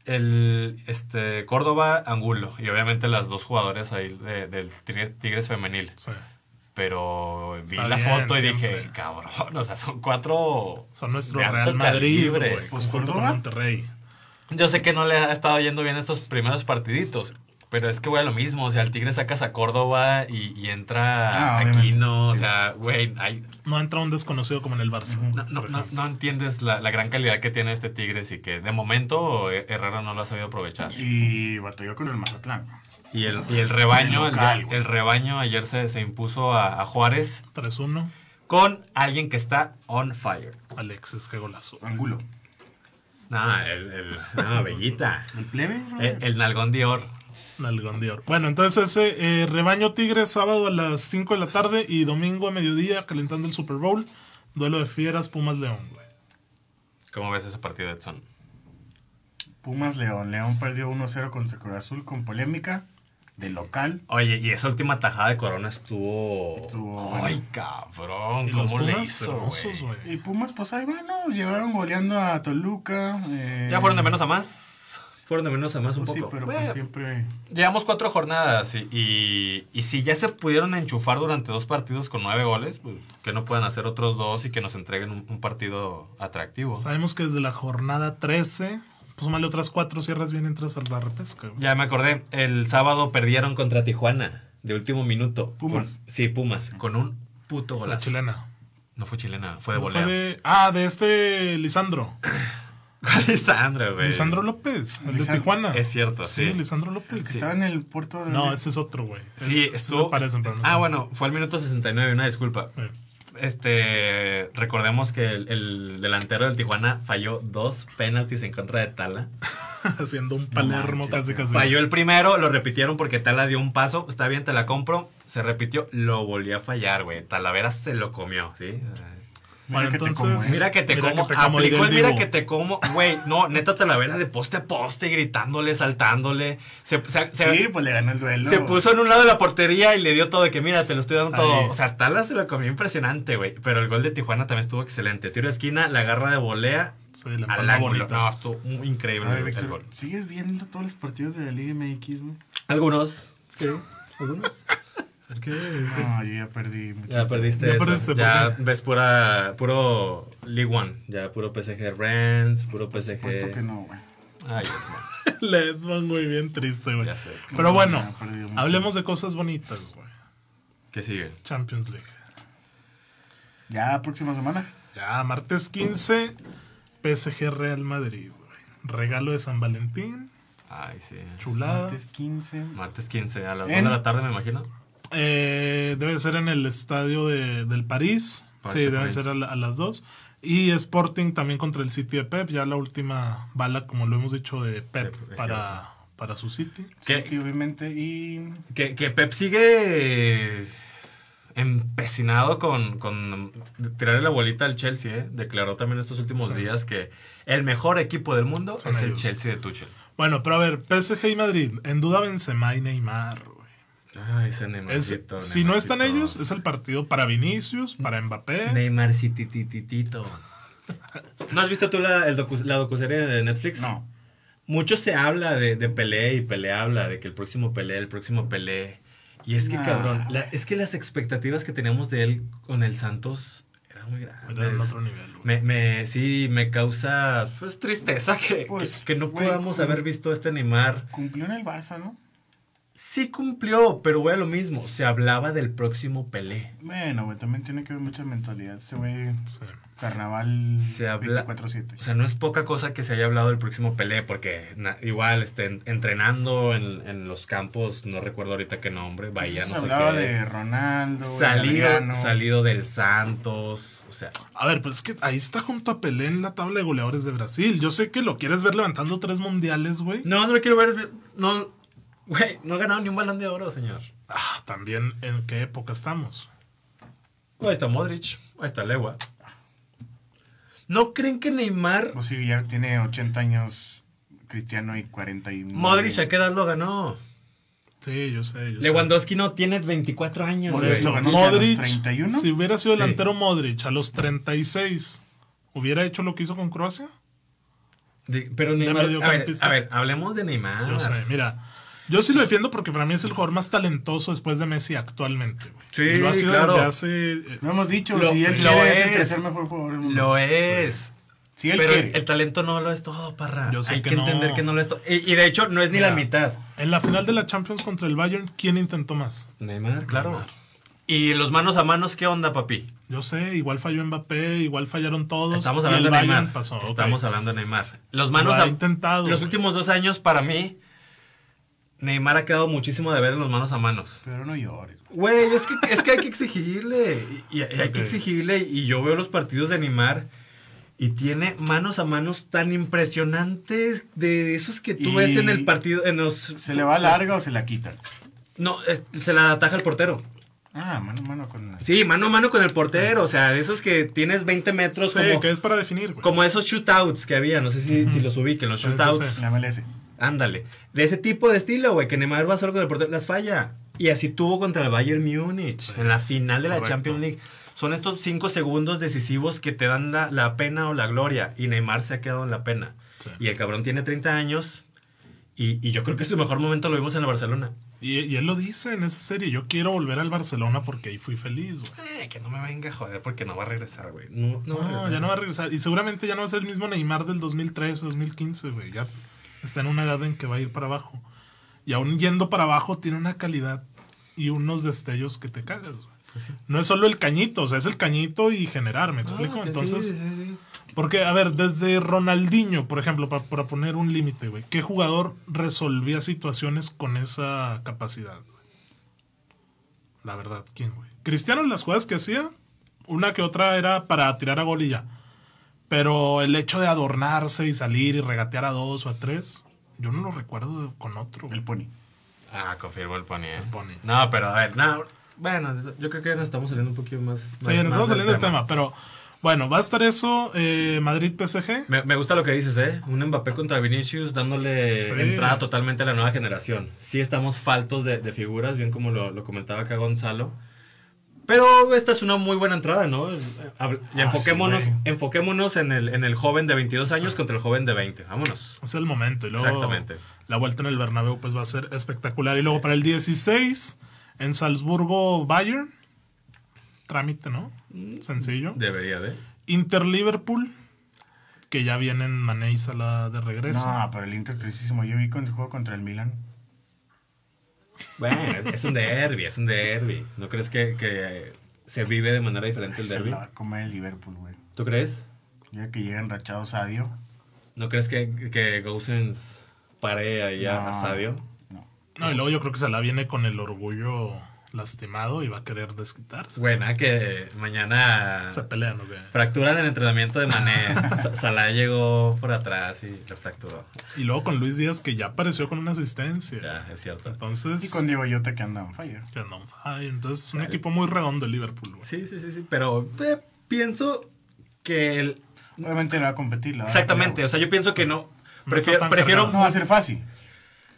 S4: el este, Córdoba, Angulo. Y obviamente las dos jugadores ahí de- del Tigre- Tigres femenil.
S2: Sí.
S4: Pero vi
S2: Está
S4: la
S2: bien,
S4: foto y
S2: siempre.
S4: dije, cabrón, o sea, son cuatro...
S2: Son nuestro
S4: de alto
S2: Real Madrid,
S4: calibre".
S2: güey.
S3: Pues,
S2: junto con
S3: Córdoba.
S2: Monterrey.
S4: Yo sé que no le ha estado yendo bien estos primeros partiditos, pero es que güey, lo mismo. O sea, el Tigre sacas a Córdoba y, y entra
S3: Ah, obviamente,
S4: Aquino. O
S3: sí.
S4: sea, güey, hay-
S2: No entra un desconocido como en el Barça.
S4: no, no-
S2: por
S4: no-
S2: ejemplo.
S4: no entiendes la, la gran calidad que tiene este Tigres y que de momento eh, Herrera no lo ha sabido aprovechar.
S3: Y batalló con el Mazatlán.
S4: Y el, y el rebaño, el,
S3: Local, güey.
S4: el rebaño ayer se, se impuso a, a Juárez
S2: 3-1.
S4: con alguien que está on fire.
S2: Alexis, qué golazo.
S3: Angulo.
S4: Nah, el, el- no, Bellita. Eh,
S3: El plebe. güey.
S4: El, el Nalgón Dior.
S2: Nalgón de oro. Bueno, entonces ese eh, rebaño tigre sábado a las 5 de la tarde y domingo a mediodía calentando el Super Bowl. Duelo de fieras, Pumas León, güey.
S4: ¿Cómo ves ese partido, Edson?
S3: Pumas León. León perdió 1-0 contra Cruz Azul con polémica de local.
S4: Oye, y esa última tajada de Corona estuvo.
S3: Estuvo
S4: Ay,
S3: buena.
S4: cabrón,
S2: Y los
S4: ¿cómo le
S2: Pumas
S4: hizo,
S2: hermosos,
S4: güey?
S3: Y
S2: güey.
S3: Pumas, pues ahí van, ¿no? Llevaron goleando a Toluca. eh,
S4: Ya fueron de menos a más. Fueron de menos a más un
S3: pues sí,
S4: poco.
S3: pero
S4: Bueno,
S3: pues siempre.
S4: Llevamos cuatro jornadas y, y, y si ya se pudieron enchufar durante dos partidos con nueve goles, pues que no puedan hacer otros dos y que nos entreguen un, un partido atractivo.
S2: Sabemos que desde la jornada 13, pues súmale otras cuatro cierras bien entras a la repesca, güey.
S4: Ya me acordé, el sábado perdieron contra Tijuana de último minuto.
S3: Pumas.
S4: Con- sí, Pumas, con un puto
S2: La
S4: golazo.
S2: chilena.
S4: No fue chilena, fue de
S2: Fue
S4: volea.
S2: de- ah, de este Lisandro.
S4: Lisandro, güey.
S2: Lisandro López, el de
S3: Lisandro-
S2: Tijuana.
S4: Es cierto,
S2: Sí,
S4: sí.
S2: Lisandro
S3: El
S2: López.
S3: que estaba en el puerto. de-
S2: No, ese es otro, güey.
S4: Sí,
S2: Ese se
S4: estuvo.
S2: parecen, pero no
S4: ah,
S2: son.
S4: bueno, fue al minuto 69, una disculpa.
S2: Eh,
S4: Este, recordemos que el, el delantero del Tijuana falló dos penaltis en contra de Tala.
S2: Haciendo un Palermo
S3: manches,
S2: casi,
S3: güey.
S2: casi.
S4: Falló el primero, lo repitieron porque Tala dio un paso, está bien, te la compro, se repitió, lo volvió a fallar, güey. Talavera se lo comió, ¿sí?
S3: Mira
S2: Bueno,
S3: que te
S2: entonces,
S3: como, ¿eh?
S4: Mira que te como,
S2: diría
S4: aplicó el
S2: el
S4: mira
S2: Dibu.
S4: que te como, güey, no, neta Talavera de poste a poste, gritándole, saltándole, se, se- se-
S3: Sí, pues le ganó el duelo.
S4: se puso en un lado de la portería y le dio todo, de que mira, te lo estoy dando todo,
S2: Ahí.
S4: o sea, Tala se lo comió impresionante, güey, pero el gol de Tijuana también estuvo excelente, tiro de esquina, la garra de volea,
S2: Sí, la
S4: al
S2: palma
S4: ángulo,
S2: bonita.
S4: no, estuvo muy
S3: A
S4: increíble
S3: ver,
S4: el- el
S3: Víctor,
S4: gol.
S3: ¿sigues viendo todos los partidos de la Liga MX, güey?
S4: Algunos, sí, algunos.
S3: No, yo ya perdí. mucho
S4: Ya
S3: tiempo.
S4: perdiste
S2: Ya
S4: eso.
S2: perdiste,
S4: ya ves pura, puro League One. Ya puro PSG Rennes, puro PSG.
S3: Puesto que no, güey.
S4: Ay, Dios mío.
S2: Le van muy bien triste, güey.
S4: Ya sé.
S2: Pero bueno,
S3: Ya, perdido mucho.
S2: hablemos de cosas bonitas, güey.
S4: ¿Qué sigue?
S2: Champions League.
S3: Ya, próxima semana.
S2: Ya, martes 15, PSG Real Madrid, güey. Regalo de San Valentín,
S4: Ay, sí. Ah.
S2: chulada.
S3: Martes 15.
S4: Martes 15, a las
S3: En-
S4: 2 de la tarde, me imagino.
S2: Eh, debe ser en el estadio de- del París.
S4: Parque
S2: sí, deben
S4: París.
S2: ser a, la- a las dos. Y Sporting también contra el City de Pep. Ya la última bala, como lo hemos dicho, de Pep
S4: Pep, es
S2: para, para su City.
S4: ¿Qué?
S3: City, obviamente. Y.
S4: Que, que Pep sigue empecinado con, con tirarle la bolita al Chelsea, ¿eh? Declaró también estos últimos
S2: Sí.
S4: días que el mejor equipo del mundo
S2: Son
S4: es
S2: ellos.
S4: el Chelsea de Tuchel.
S2: Bueno, pero a ver, PSG y Madrid. En duda Benzema y Neymar, güey.
S4: Ay, ese
S2: Es-
S4: Neymarcito.
S2: si no están
S4: Neymarcito.
S2: ellos, es el partido para Vinicius, para Mbappé.
S4: Neymar titititito. ¿No has visto tú la, el docu- la docuserie de Netflix?
S3: No.
S4: Mucho se habla de, de Pelé y Pelé habla de que el próximo Pelé, el próximo Pelé. Y es que,
S3: Nah.
S4: cabrón, la- es que las expectativas que teníamos de él con el Santos eran muy grandes.
S2: Era en otro nivel, güey.
S4: Me, me- sí, me causa pues, tristeza que,
S3: Pues,
S4: que, que no
S3: güey,
S4: podamos
S3: con-
S4: haber visto a este Neymar.
S3: Cumplió en el Barça, ¿no?
S4: Sí cumplió, pero voy a lo mismo. Se hablaba del próximo Pelé.
S3: Bueno, güey, también tiene que ver mucha mentalidad. Ese güey,
S2: Sí.
S3: carnaval
S4: Se habla-
S3: 24-7.
S4: O sea, no es poca cosa que se haya hablado del próximo Pelé, porque na- igual este, en- entrenando en, en los campos, no recuerdo ahorita qué nombre, Bahía,
S3: Se
S4: no sé
S3: hablaba
S4: qué.
S3: de Ronaldo, güey,
S4: salido,
S3: Adriano.
S4: salido del Santos, o sea,
S2: A ver, pues es que ahí está junto a Pelé en la tabla de goleadores de Brasil. Yo sé que lo quieres ver levantando tres mundiales, güey.
S4: no, no lo quiero ver, no, güey, no ha ganado ni un balón de oro, señor.
S2: Ah, también, ¿en qué época estamos?
S4: Ahí está Modric, ahí está Legua. ¿No creen que Neymar,
S3: Pues sí, ya tiene 80 años Cristiano y 49.
S4: Modric a qué edad lo ganó?
S2: Sí, yo sé. yo sé.
S4: Lewandowski no tiene 24 años,
S3: Por
S4: güey.
S3: eso, ganó ya a los
S2: Modric,
S3: 31.
S2: si hubiera sido
S4: Sí.
S2: delantero Modric a los 36, ¿hubiera hecho lo que hizo con Croacia?
S4: De- pero Neymar, a ver,
S2: mediocampista.
S4: a ver, hablemos de Neymar.
S2: Yo sé, mira. Yo sí lo defiendo porque para mí es el jugador más talentoso después de Messi actualmente, güey.
S4: Sí,
S2: Y lo ha sido
S4: claro.
S2: desde hace... eh,
S3: Lo hemos dicho,
S4: Lo-
S3: si él
S4: lo
S3: quiere, es. el
S4: es.
S3: tercer mejor jugador del mundo.
S4: Lo es.
S3: Si él
S4: pero
S3: quiere.
S4: el talento no lo es todo, parra.
S2: Yo sé
S4: Hay
S2: que
S4: que,
S2: no.
S4: entender que no lo es todo. Y, y de hecho, no es ni
S2: Mira.
S4: la mitad.
S2: En la final de la Champions contra el Bayern, ¿quién intentó más?
S4: Neymar, claro. Y los manos a manos, ¿qué onda, papi?
S2: Yo sé, igual falló Mbappé, igual fallaron todos.
S4: Estamos
S2: y
S4: hablando
S2: el
S4: de
S2: Bayern
S4: Neymar.
S2: pasó, ok.
S4: Estamos hablando de Neymar. Los manos
S2: Lo ha
S4: a-
S2: intentado,
S4: Los
S2: güey.
S4: últimos dos años, para mí, Neymar ha quedado muchísimo de ver en los manos a manos.
S3: Pero no llores. güey.
S4: Güey, es que, es que hay que exigirle. Y, y hay
S2: Ok.
S4: que exigirle. Y yo veo los partidos de Neymar. Y tiene manos a manos tan impresionantes de esos que tú
S3: Y-
S4: ves en el partido. En los,
S3: ¿Se le va larga o se la quitan?
S4: No, es- se la ataja el portero.
S3: Ah, mano, mano con la...
S4: Sí, mano a mano con el portero. O sea, de esos que tienes 20 metros
S2: Sí,
S4: como,
S2: que es para definir, güey.
S4: como esos shootouts que había. No sé si, si los ubiquen, los
S2: Sí, sí,
S4: shootouts.
S2: sí.
S3: La MLS.
S4: Ándale. De ese tipo de estilo, güey, que Neymar va solo con el portero, las falla. Y así tuvo contra el Bayern Múnich en la final de la
S2: correcto.
S4: Champions League. Son estos cinco segundos decisivos que te dan la, la pena o la gloria. Y Neymar se ha quedado en la pena.
S2: Sí.
S4: Y el cabrón tiene 30 años. Y, y yo creo que su mejor momento lo vimos en el Barcelona.
S2: Y, y él lo dice en esa serie, yo quiero volver al Barcelona porque ahí fui feliz, güey.
S4: Eh, que no me venga a joder porque no va a regresar, güey. No, no, va
S2: No,
S4: a regresar.
S2: ya no va a regresar. Y seguramente ya no va a ser el mismo Neymar del 2003 o 2015, güey. Ya está en una edad en que va a ir para abajo. Y aún yendo para abajo tiene una calidad y unos destellos que te cagas, güey.
S4: Pues
S2: No es solo el cañito, o sea, es el cañito y generar, ¿me explico?
S4: Ah, que sí,
S2: Entonces,
S4: sí, sí.
S2: porque, a ver, desde Ronaldinho, por ejemplo, pa- para poner un límite, güey, ¿qué jugador resolvía situaciones con esa capacidad? güey? La verdad, ¿quién, güey? Cristiano, las jugadas que hacía, una que otra era para tirar a gol y ya. Pero el hecho de adornarse y salir y regatear a dos o a tres, yo no lo recuerdo con otro. güey.
S3: El Pony.
S4: Ah, confirmo el pony, eh.
S2: El Pony.
S4: No, pero a ver, no. Bueno, yo creo que nos estamos saliendo un poquito más.
S2: Sí, nos estamos saliendo del tema, pero Bueno, va a estar eso, eh, Madrid-PSG.
S4: Me, me gusta lo que dices, ¿eh? Un Mbappé contra Vinicius dándole
S2: Sí.
S4: entrada totalmente a la nueva generación. Sí estamos faltos de, de figuras, bien como lo, lo comentaba acá Gonzalo. Pero esta es una muy buena entrada, ¿no? Es- hab- Y
S3: Ah,
S4: enfoquémonos,
S3: sí, güey.
S4: enfoquémonos en, el, en el joven de 22 años contra el joven de 20. Vámonos.
S2: Es pues, el momento. Y luego
S4: Exactamente.
S2: la vuelta en el Bernabéu pues va a ser espectacular. Y luego para el 16, en Salzburgo, Bayern. Trámite, ¿no? Sencillo.
S4: Debería de.
S2: Inter-Liverpool, que ya vienen Mané y Salah de regreso.
S3: No, pero el Inter tristísimo. Yo vi con el juego contra el Milan.
S4: Bueno, es, es un derby, es un derby. ¿No crees que, que se vive de manera diferente el
S3: Se
S4: derby?
S3: la va a comer el Liverpool, güey.
S4: ¿Tú crees?
S3: Ya que llegan rachados a Dio.
S4: ¿No crees que, que Gosens pare ahí a- a
S3: No.
S4: Sadio?
S3: No.
S2: No, y luego yo creo que Salah viene con el orgullo lastimado y va a querer desquitarse.
S4: Buena que mañana
S2: Se pelean, ¿o qué?
S4: fracturan el entrenamiento de Mané. Sa- Salah llegó por atrás y le fracturó.
S2: Y luego con Luis Díaz, que ya apareció con una asistencia.
S4: Ya, es cierto.
S2: Entonces...
S3: Y con Diego Llota que anda on fire.
S2: que anda on fire. Entonces, es un
S4: Vale.
S2: equipo muy redondo el Liverpool. güey.
S4: Sí, sí, sí, sí. Pero eh, pienso que el...
S3: Obviamente le va a competir. la va a
S4: Exactamente. O
S3: pelear,
S4: sea, yo pienso que no.
S2: No está
S4: Prefiero,
S2: tan
S4: prefiero,
S3: güey. no va a ser fácil.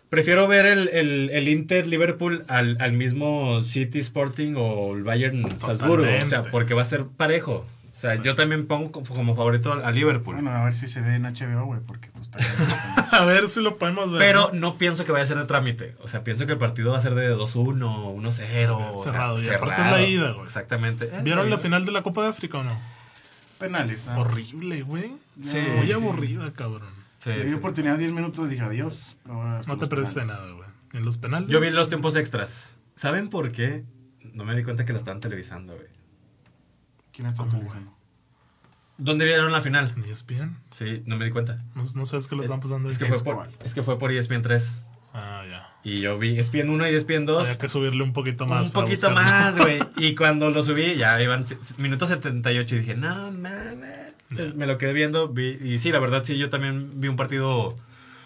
S4: prefiero ver el, el- el Inter Liverpool al, al mismo City Sporting o el Bayern Salzburgo. O sea,
S2: Totalmente.
S4: porque va a ser parejo. O sea, yo también pongo como- como favorito al, al Liverpool.
S3: Bueno, a ver si se ve en HBO, güey, porque pues está bien.
S2: A ver si lo podemos ver.
S4: Pero
S2: ¿no?
S4: no pienso que vaya a ser de trámite. O sea, pienso que el partido va a ser de 2-1, 1-0. o sea,
S2: Cerrado, y aparte es la ida, güey.
S4: Exactamente. Eh,
S2: ¿Vieron la
S4: güey.
S2: final de la Copa de África o no?
S3: Penales, nada. más.
S2: Horrible, güey.
S4: Ah. Sí,
S2: Muy
S4: sí.
S2: aburrida, cabrón.
S4: Sí,
S3: Le di
S4: sí.
S3: oportunidad 10 minutos, dije adiós.
S2: No te
S3: prestes
S2: parece nada, güey. En los penales.
S4: Yo vi los tiempos extras. ¿Saben por qué? No me di cuenta que la estaban televisando, güey.
S3: ¿Quién está
S2: ¿Cómo,
S3: televisando?
S4: ¿Dónde vieron la final?
S2: ¿En E ESPN?
S4: Sí, no me di cuenta.
S2: No, no sabes que lo están pasando. E
S4: Es que,
S2: ahí.
S4: fue por, es que fue por E ESPN 3.
S2: Ah, ya.
S4: Y yo vi ESPN 1 y ESPN 2.
S2: Había que subirle un poquito más.
S4: un
S2: para
S4: poquito
S2: buscarlo.
S4: más, güey. Y cuando lo subí, ya iban se- se- minuto 78 y dije, no mames. Entonces, Me lo quedé viendo. vi- y sí, la verdad, sí, yo también vi un partido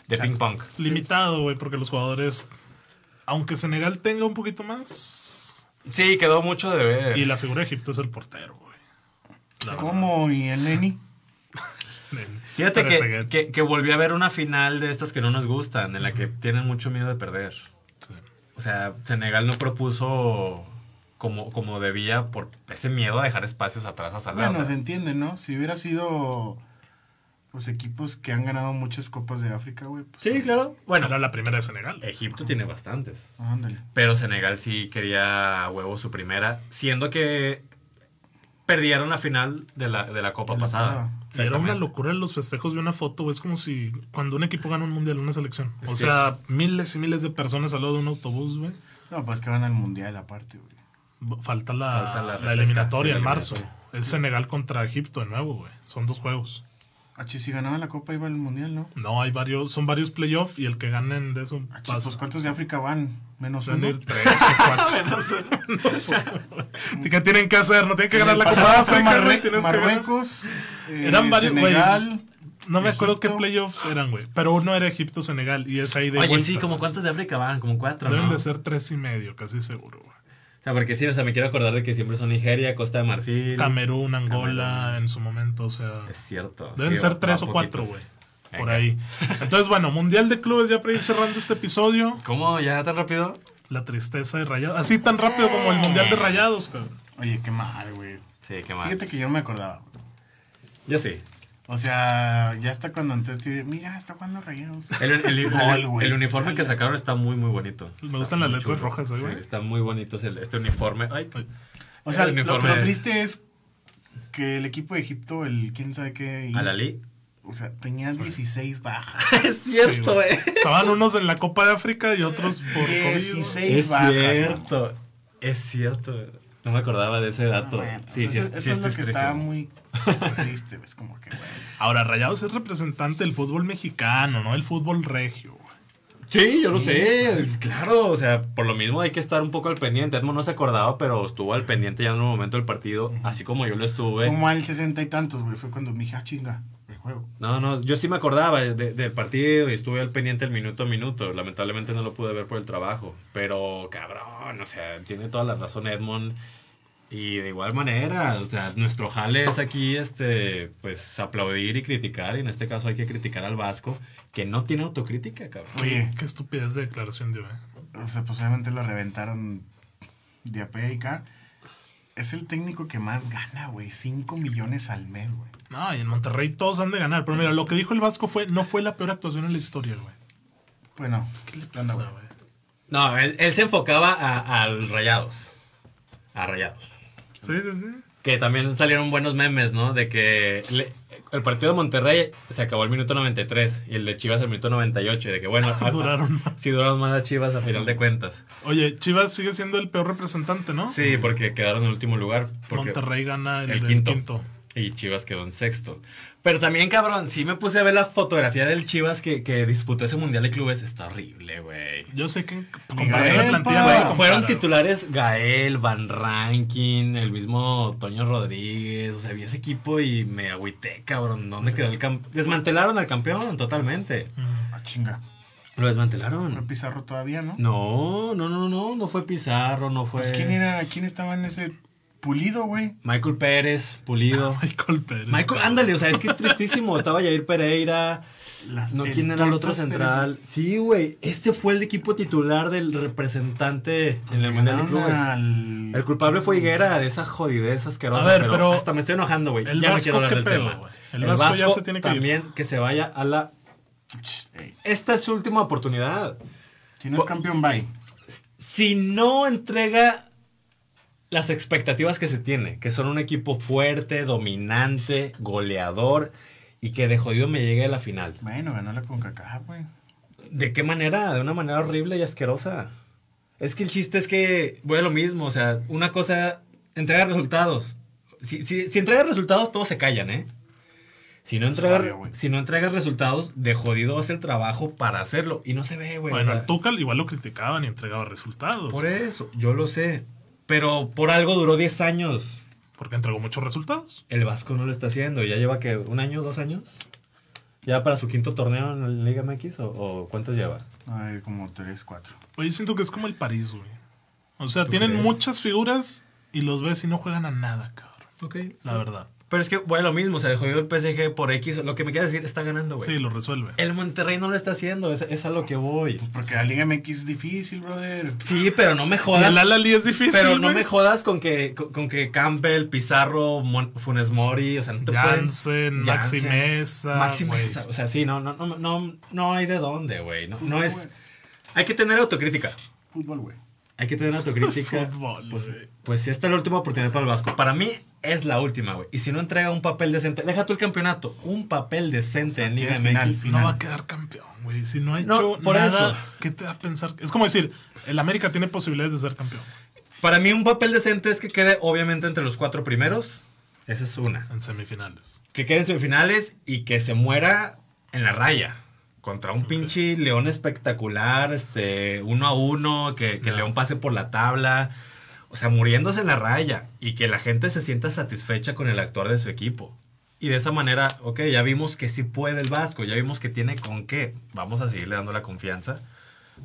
S4: de ping pong.
S2: Limitado, güey, porque los jugadores. Aunque Senegal tenga un poquito más.
S4: Sí, quedó mucho de ver.
S2: Y la figura de Egipto es el portero, güey. La
S3: ¿Cómo? ¿Y el Neni?
S2: verdad.
S4: Fíjate que,
S2: Trezeguet,
S4: que, que volví a ver una final de estas que no nos gustan, en la que tienen mucho miedo de perder.
S2: sí.
S4: O sea, Senegal no propuso como, como debía por ese miedo a dejar espacios atrás a Salah.
S3: Bueno,
S4: o
S3: se
S4: sea,
S3: entiende, ¿no? Si hubiera sido los equipos que han ganado muchas copas de África, güey. Pues,
S4: sí, claro. Bueno,
S2: Era la primera de Senegal.
S4: Egipto tiene bastantes.
S3: Ándale.
S4: Pero Senegal sí quería a huevo su primera, siendo que perdieron la final de la, de la Copa
S3: De la
S4: pasada.
S3: pasada.
S2: Y Era una
S4: Exactamente.
S2: locura los festejos de una foto, güey. Es como si cuando un equipo gana un mundial, una selección.
S4: Es
S2: O
S4: que-
S2: sea, miles y miles de personas al lado de un autobús, güey.
S3: No, pues que van al mundial aparte, güey.
S2: B- Falta la,
S4: Falta la
S2: la
S4: repesca,
S2: eliminatoria
S4: sí, la
S2: en marzo.
S4: eliminatoria.
S2: Es Senegal contra Egipto de nuevo, güey. Son dos juegos.
S3: Ah, chis, si ganaban la copa iba al mundial, ¿no?
S2: No, hay varios, son varios playoffs y el que ganen de eso
S3: Ah, chis,
S2: pasa.
S3: pues cuántos de África van? Menos
S2: Van a
S3: uno.
S2: ir tres o cuatro. Menos uno. ¿Qué tienen que hacer? No tienen que ganar la
S3: Pasado
S2: Copa
S3: fue
S2: África,
S3: Marrue-
S2: güey. Tienes que ganar.
S3: Marruecos, eh,
S2: Eran varios, güey.
S3: Senegal.
S2: No me acuerdo qué
S3: Egipto.
S2: playoffs eran, güey. Pero uno era Egipto-Senegal y es ahí de
S4: Oye,
S2: vuelta,
S4: sí, como
S2: güey.
S4: cuántos de África van, como cuatro,
S2: Deben
S4: ¿no?
S2: de ser tres y medio, casi seguro, güey.
S4: O sea, porque sí, o sea, me quiero acordar de que siempre son Nigeria, Costa de Marfil.
S2: Camerún, Angola
S4: Camerún.
S2: en su momento, o sea.
S4: Es cierto.
S2: Deben
S4: sí,
S2: ser
S4: va-
S2: tres
S4: va
S2: o cuatro, güey.
S4: poquitos.
S2: Por
S4: Venga.
S2: ahí. Entonces, bueno, Mundial de Clubes, ya para ir cerrando este episodio.
S4: ¿Cómo? ¿Ya tan rápido?
S2: La tristeza de Rayados. Así tan rápido como el Mundial de Rayados, cabrón.
S3: Oye, qué mal, güey.
S4: Sí, qué mal.
S3: Fíjate que yo no me acordaba. güey.
S4: Yo sí.
S3: O sea, ya hasta cuando entré, te dije, mira, está jugando rayados.
S4: El, el- el-
S3: Gol,
S4: el-
S3: güey.
S4: el uniforme que sacaron está muy, muy bonito.
S2: Me gustan las letras rojas,
S4: Sí,
S2: eh, güey.
S4: está muy bonito ese- este uniforme. Ay,
S2: Ay.
S3: O sea,
S4: el
S3: lo,
S4: uniforme.
S3: lo triste es que el equipo de Egipto, el quién sabe qué. y-
S4: Alalí.
S3: O sea, tenías 16 bajas.
S4: Es eh.
S2: Sí, güey. Estaban unos en la Copa de África y otros por COVID. güey.
S3: 16
S4: Es
S3: bajas. mamá.
S4: cierto, es cierto. No me acordaba de ese dato.
S3: Ah, Bueno, o
S4: sí,
S3: sea,
S4: sí,
S3: eso
S4: sí,
S3: eso
S4: sí,
S3: es lo
S4: sí,
S3: que
S4: sí,
S3: estaba
S4: sí.
S3: muy triste. Es como que, güey.
S2: Ahora, Rayados es representante del fútbol mexicano, no el fútbol regio, güey.
S4: Sí, yo lo sé, claro, o sea, por lo mismo hay que estar un poco al pendiente. Edmo no se acordaba, pero estuvo al pendiente ya en un momento del partido, así como yo lo estuve.
S3: Como al 60 y tantos, güey. Fue cuando me dije, ah, chinga, el juego.
S4: No, no, yo sí me acordaba de- de- del partido y estuve al pendiente el minuto a minuto. Lamentablemente no lo pude ver por el trabajo. Pero, cabrón, o sea, tiene toda la razón Edmond. Y de igual manera, o sea, nuestro jale es aquí, este, pues, aplaudir y criticar. Y en este caso hay que criticar al Vasco, que no tiene autocrítica, cabrón.
S3: Oye,
S2: Qué estupidez de declaración dio, eh.
S3: o sea, pues obviamente lo reventaron de AP y acá. Es el técnico que más gana, güey. 5 millones al mes, güey.
S2: No, y en Monterrey todos han de ganar. Pero mira, lo que dijo el Vasco fue, no fue la peor actuación en la historia, güey.
S3: Bueno,
S2: ¿Qué le
S3: no, no,
S2: pasa,
S3: güey.
S2: güey?
S4: No, él, él se enfocaba a, al Rayados. A Rayados.
S2: Sí, sí, sí.
S4: Que también salieron buenos memes, ¿no? De que le- el partido de Monterrey se acabó el minuto 93 y el de Chivas el minuto 98. Y de que, bueno, a- a-
S2: Duraron más.
S4: Sí, duraron más las Chivas a final de cuentas.
S2: Oye, Chivas sigue siendo el peor representante, ¿no?
S4: Sí, porque quedaron en último lugar. Porque
S2: Monterrey gana el,
S4: el
S2: del
S4: quinto.
S2: quinto.
S4: Y Chivas quedó en sexto. Pero también, cabrón, sí me puse a ver la fotografía del Chivas que, que disputó ese Mundial de Clubes. Está horrible, güey.
S2: Yo sé que en comparación de
S3: Gael,
S2: plantilla
S3: pa.
S2: no se
S4: Fueron-
S2: compara,
S4: Fueron
S2: güey.
S4: titulares Gael, Van Rankin, el mismo Toño Rodríguez. O sea, vi ese equipo y me agüité, cabrón. ¿Dónde quedó el campeón? Desmantelaron al campeón totalmente.
S2: Mm.
S3: Ah, chinga.
S4: Lo
S3: Fue
S4: desmantelaron.
S3: Pizarro todavía, ¿no?
S4: No, no, no, no. No fue Pizarro, no fue.
S3: Pues quién era, quién estaba en ese pulido, güey.
S4: Michael Pérez, Pulido.
S2: Michael Pérez.
S4: Michael, ah,
S2: cabrón.
S4: ándale, o sea, es que es tristísimo. Estaba Jair Pereira.
S3: Las-
S4: No, ¿quién era el otro
S3: Tortas
S4: central? Sí, güey. Este fue el equipo titular del representante en el
S3: Pérez,
S4: Mundial de
S3: ganaron
S4: Clubes.
S3: al-
S4: El culpable fue Higuera de esa jodidez asquerosa.
S2: A ver,
S4: pero,
S2: pero
S4: hasta me estoy enojando, güey.
S2: el
S4: Ya no
S2: Vasco,
S4: quiero hablar
S2: ¿qué
S4: del
S2: pedo,
S4: tema.
S2: güey? El Vasco ya se tiene que ir.
S4: también que se vaya a la.
S3: Ch, ey,
S4: Esta es su última oportunidad.
S3: Si no es campeón, bye.
S4: Si no entrega las expectativas que se tiene, que son un equipo fuerte, dominante, goleador y que de jodido me llegue a la final.
S3: Bueno, ganó la CONCACAF, güey.
S4: ¿De qué manera? De una manera horrible y asquerosa. Es que el chiste es que, voy a lo mismo, o sea, una cosa, entrega resultados. Si, si, si entregas resultados, todos se callan, ¿eh? Si no, entregas,
S3: Sabio, güey.
S4: si no entregas resultados, de jodido hace el trabajo para hacerlo. Y no se ve, güey.
S2: Bueno,
S4: o sea,
S2: al Tuchel igual lo criticaban y entregaba resultados.
S4: Por eso, yo lo sé. Pero por algo duró 10 años.
S2: Porque entregó muchos resultados.
S4: El Vasco no lo está haciendo. ¿Ya lleva que un año, dos años? ¿Ya para su quinto torneo en la Liga MX? ¿O, o cuántos lleva?
S3: Ay, como tres, cuatro.
S2: Oye, siento que es como el París, güey. O sea,
S4: ¿Tú
S2: tienen
S4: crees?
S2: muchas figuras y los ves y no juegan a nada, cabrón.
S4: Ok.
S2: La verdad.
S4: Pero es que, bueno, lo mismo, se dejó el PSG por X. Lo que me quieres decir, está ganando, güey.
S2: Sí, lo resuelve.
S4: El Monterrey no lo está haciendo, es, es a lo que voy.
S3: Pues porque la Liga MX es difícil, brother.
S4: Sí, pero no me
S2: Y
S4: jodas.
S2: el Alali es difícil.
S4: pero no
S2: güey.
S4: me jodas con que, con, con que Campbell, Pizarro, Mon- Funes Mori, o sea, no te
S2: Jansen,
S4: pueden-
S2: Maxi
S4: Jansen,
S2: Mesa,
S4: Maxi
S2: güey.
S4: Mesa, o sea, sí, no, no, no, no, no hay de dónde, güey. No, no
S3: Fútbol,
S4: es.
S3: güey.
S4: Hay que tener autocrítica.
S3: Fútbol, güey.
S4: Hay que tener autocrítica.
S2: Fútbol,
S4: pues,
S2: güey.
S4: pues sí, esta es la última oportunidad para el Vasco. Para mí es la última, güey. Y si no entrega un papel decente, deja tú el campeonato, un papel decente en Liga
S3: quieres
S4: MX.
S3: final.
S2: No
S3: final.
S2: va a quedar campeón, güey. Si no ha hecho
S4: No, por
S2: nada,
S4: eso.
S2: ¿qué te va a pensar? Es como decir, el América tiene posibilidades de ser campeón.
S4: Para mí un papel decente es que quede obviamente entre los cuatro primeros. Esa es una.
S2: En semifinales.
S4: Que quede en semifinales y que se muera en la raya. Contra un pinche león espectacular, este, uno a uno, que, que el león pase por la tabla. O sea, muriéndose en la raya y que la gente se sienta satisfecha con el actuar de su equipo. Y de esa manera, ok, ya vimos que sí puede el Vasco, ya vimos que tiene con qué. Vamos a seguirle dando la confianza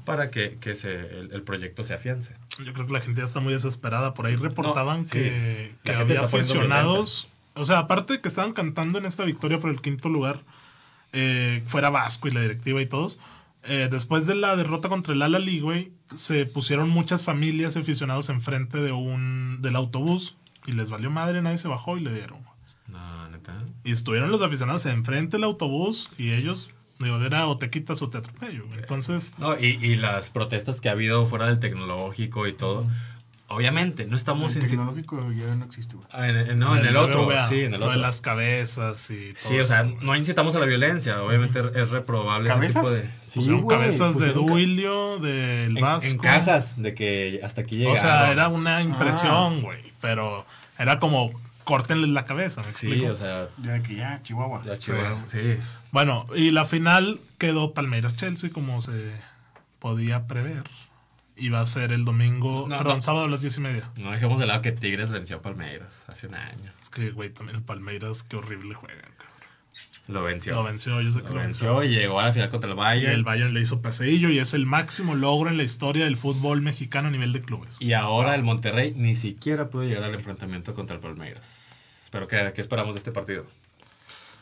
S4: para que, que se- el- el proyecto se afiance.
S2: Yo creo que la gente ya está muy desesperada. Por ahí reportaban
S4: No, sí.
S2: que, que
S4: La gente
S2: había
S4: está poniendo
S2: aficionados. O sea, aparte de que estaban cantando en esta victoria por el quinto lugar, eh, fuera Vasco y la directiva y todos. eh, después de la derrota contra el Alali, güey, se pusieron muchas familias y aficionados enfrente de un, del autobús y les valió madre, nadie se bajó y le dieron.
S4: No, neta.
S2: Y estuvieron los aficionados enfrente del autobús y ellos, digo, era o te quitas o te atropello. güey. Entonces,
S4: No, y, y las protestas que ha habido fuera del tecnológico y todo. Obviamente, no estamos
S3: El
S4: en,
S3: tecnológico ya no existe, güey.
S4: ah, en- en- no, en el otro.
S2: BBVA,
S4: sí, en el
S2: lo de
S4: otro.
S2: las cabezas y todo.
S4: Sí, o sea,
S2: esto, güey.
S4: no incitamos a la violencia. Obviamente es reprobable ese
S3: ¿Cabezas?
S4: tipo de.
S2: Pusieron
S4: güey,
S2: cabezas de
S4: pusieron ca-
S2: Duilio, del
S4: en-
S2: Vasco.
S4: En, cajas, de que hasta aquí llega.
S2: O sea, era
S4: Ah.
S2: una impresión, güey. Pero era como, córtenles la cabeza, ¿me
S4: Sí,
S2: explico?
S4: o sea.
S3: Ya que ya, Chihuahua.
S4: la Chihuahua, sí.
S2: Bueno, y la final quedó Palmeiras-Chelsea como se podía prever. Iba a ser el domingo,
S4: No,
S2: perdón,
S4: no.
S2: sábado a las diez y media.
S4: No dejemos de lado que Tigres venció a Palmeiras hace un año.
S2: Es que, güey, también el Palmeiras, qué horrible juegan, cabrón.
S4: Lo venció.
S2: Lo venció, yo sé que
S4: Lo
S2: lo
S4: venció
S2: venció.
S4: y llegó a la final contra el
S2: Y
S4: Bayern.
S2: el Bayern le hizo paseillo y es el máximo logro en la historia del fútbol mexicano a nivel de clubes.
S4: Y ahora el Monterrey ni siquiera pudo llegar al enfrentamiento contra el Palmeiras. Pero ¿qué, qué esperamos de este partido? pues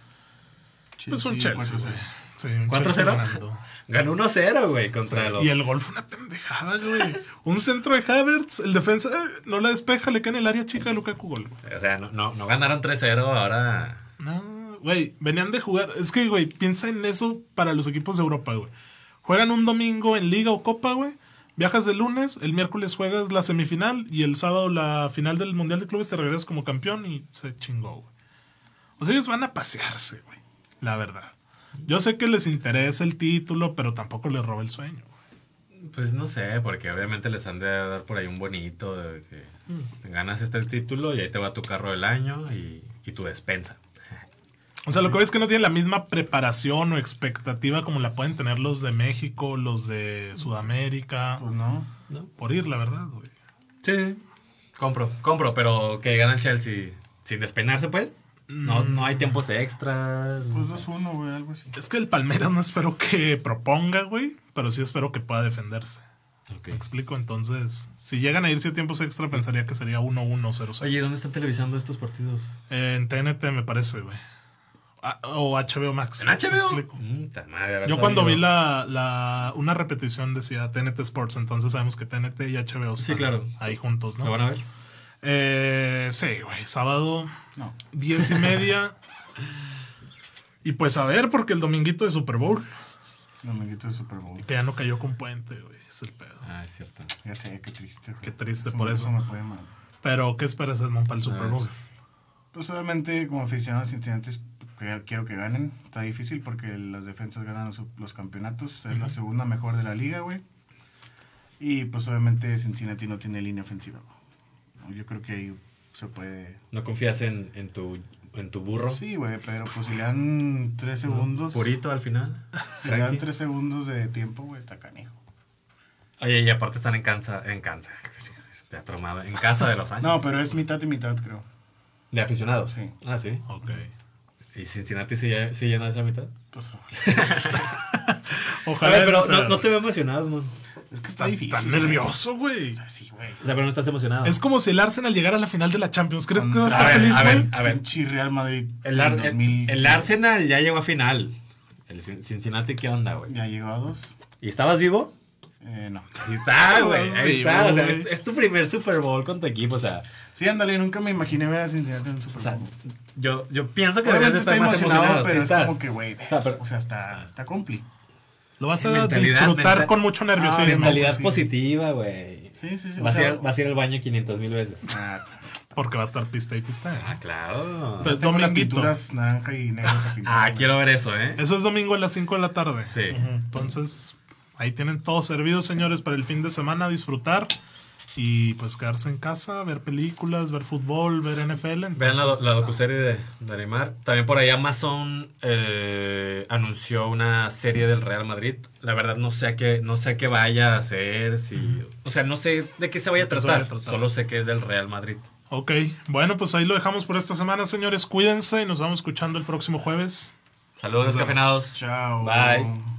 S2: Es pues, un
S3: Chelsea,
S2: Chelsea, güey.
S3: cuatro,
S2: Sí, un Chelsea
S4: 4-0.
S2: ganando.
S4: Ganó 1-0, güey, contra los...
S2: Y el gol fue una pendejada, güey. Un centro de Havertz, el defensa eh, no la despeja, le cae en el área chica de Lukaku gol, güey.
S4: O sea, no, no, no ganaron 3-0, ahora...
S2: No, güey, venían de jugar. Es que, güey, piensa en eso para los equipos de Europa, güey. Juegan un domingo en Liga o Copa, güey. Viajas el lunes, el miércoles juegas la semifinal y el sábado la final del Mundial de Clubes te regresas como campeón y se chingó, güey. O sea, ellos van a pasearse, güey. La verdad. Yo sé que les interesa el título, pero tampoco les roba el sueño. güey.
S4: Pues no sé, porque obviamente les han de dar por ahí un bonito de que
S2: Mm.
S4: ganas este título y ahí te va tu carro del año y, y tu despensa.
S2: O sea, lo que veo es que no tienen la misma preparación o expectativa como la pueden tener los de México, los de Sudamérica.
S3: Pues no.
S2: Por ir, la verdad, güey.
S4: Sí. Compro, compro, pero que gana el Chelsea sin despeinarse, pues. No,
S2: Mm.
S4: no hay tiempos extras.
S3: Pues 2-1, güey, algo así.
S2: Es que el Palmeiras no espero que proponga, güey, pero sí espero que pueda defenderse.
S4: Ok.
S2: ¿Me explico? Entonces, si llegan a irse a tiempos extra, pensaría que sería 1-1-0-0.
S4: Oye, ¿dónde están televisando estos partidos?
S2: Eh, en TNT me parece, güey. Ah, O HBO Max.
S4: ¿En
S2: ¿me
S4: HBO?
S2: explico?
S4: Mm, ta madre, haber
S2: Yo cuando
S4: sabido.
S2: vi la, la- una repetición decía TNT Sports, entonces sabemos que TNT y HBO
S4: Sí,
S2: están
S4: claro.
S2: ahí juntos,
S4: ¿Lo
S2: ¿no?
S4: van a ver?
S2: Eh, sí, güey, sábado
S3: No.
S2: 10 y media. y pues a ver, porque el dominguito de Super Bowl,
S3: Dominguito de Super Bowl.
S2: que ya no cayó con puente, güey, es el pedo.
S4: Ah, es cierto.
S3: Ya sé, qué triste. güey.
S2: Qué triste
S3: Eso
S2: por
S3: me-
S2: eso.
S3: me puede mal.
S2: Pero, ¿qué esperas, Edmond, para el Super
S4: Ah,
S2: Bowl?
S3: Pues obviamente, como aficionados incidentes, que- quiero que ganen. Está difícil porque las defensas ganan los, los campeonatos. Es la segunda mejor de la liga, güey. Y pues obviamente Cincinnati no tiene línea ofensiva. güey. Yo creo que ahí se puede...
S4: ¿No confías en, en, tu, en tu burro?
S3: Sí, güey, pero pues si le dan tres segundos...
S4: Purito al final.
S3: si le dan
S4: Tranqui.
S3: tres segundos de tiempo, güey, está canijo.
S4: Oye, y aparte están en Kansas. En Kansas. Te ha traumado. En casa de Los Ángeles.
S3: No, pero es mitad y mitad, creo.
S4: De aficionados.
S3: Sí.
S4: Ah, sí.
S2: Ok.
S4: ¿Y Cincinnati sí, lle- sí llena esa mitad?
S3: Pues ojalá.
S2: Ojalá.
S4: Oye, pero
S2: eso sea,
S4: no, no te
S2: güey.
S4: ¿eh? veo emocionado, man.
S3: Es que está
S2: Tan,
S3: difícil.
S2: tan
S3: güey.
S2: nervioso, güey.
S3: Sí, güey.
S4: O sea, pero no estás emocionado.
S2: Es como si el Arsenal llegara a la final de la Champions. ¿Crees que va a
S3: A
S2: estar
S4: ver,
S2: feliz,
S4: a ver.
S2: güey?
S3: Pinche Real Madrid.
S4: El, Ar-
S3: en
S4: el-
S3: 2015.
S4: el Arsenal ya llegó a final. El Cin- Cincinnati, ¿qué onda, güey?
S3: Ya llegó a dos.
S4: ¿Y estabas vivo?
S3: Eh, no.
S4: Ahí está, güey.
S2: Estabas
S4: Ahí
S2: vivo,
S4: está. O sea,
S2: güey.
S4: es, es tu primer Super Bowl con tu equipo. O sea,
S3: Sí, ándale, nunca me imaginé ver a Cincinnati en un
S4: o
S3: Super
S4: sea,
S3: Bowl.
S4: yo, yo pienso que deberías
S3: Obviamente
S4: estar
S3: estoy
S4: más
S3: emocionado,
S4: emocionado.
S3: pero
S4: sí
S3: es
S4: estás.
S3: como que, güey, ve,
S4: Ah, pero-
S3: o sea, está, está compli.
S2: Lo vas a
S4: Mentalidad,
S2: disfrutar
S4: mental-
S2: con mucho
S3: Ah,
S2: nerviosismo.
S4: Mentalidad
S3: sí.
S4: positiva, güey.
S3: Sí, sí, sí.
S4: Vas,
S3: o
S4: a
S3: sea,
S4: ir- vas a ir al baño 500 mil veces.
S3: ah,
S2: pues, porque va a estar pista y pista.
S4: Ah, claro.
S2: Pues
S3: tengo las
S2: dominguito.
S3: pinturas naranja y negra. esa pintura,
S4: Ah,
S3: güey.
S4: quiero ver eso, ¿eh?
S2: Eso es domingo a las 5 de la tarde.
S4: Sí.
S2: Ujú. Entonces, ahí tienen todo servido, señores, para el fin de semana, disfrutar. Y pues quedarse en casa, ver películas, ver fútbol, ver NFL.
S4: Vean la,
S2: entonces,
S4: la
S2: está-
S4: docuserie de, de Neymar. También por ahí Amazon eh, anunció una serie del Real Madrid. La verdad no sé a qué, no sé a qué vaya a hacer. Si, o sea, no sé de qué se vaya a
S2: De qué se
S4: tratar.
S2: vaya a tratar.
S4: Solo sé que es del Real Madrid.
S2: Ok, bueno, pues ahí lo dejamos por esta semana, señores. Cuídense y nos vamos escuchando el próximo jueves.
S4: Saludos,
S2: Nos vemos.
S4: cafeinados.
S3: Chao.
S4: Bye.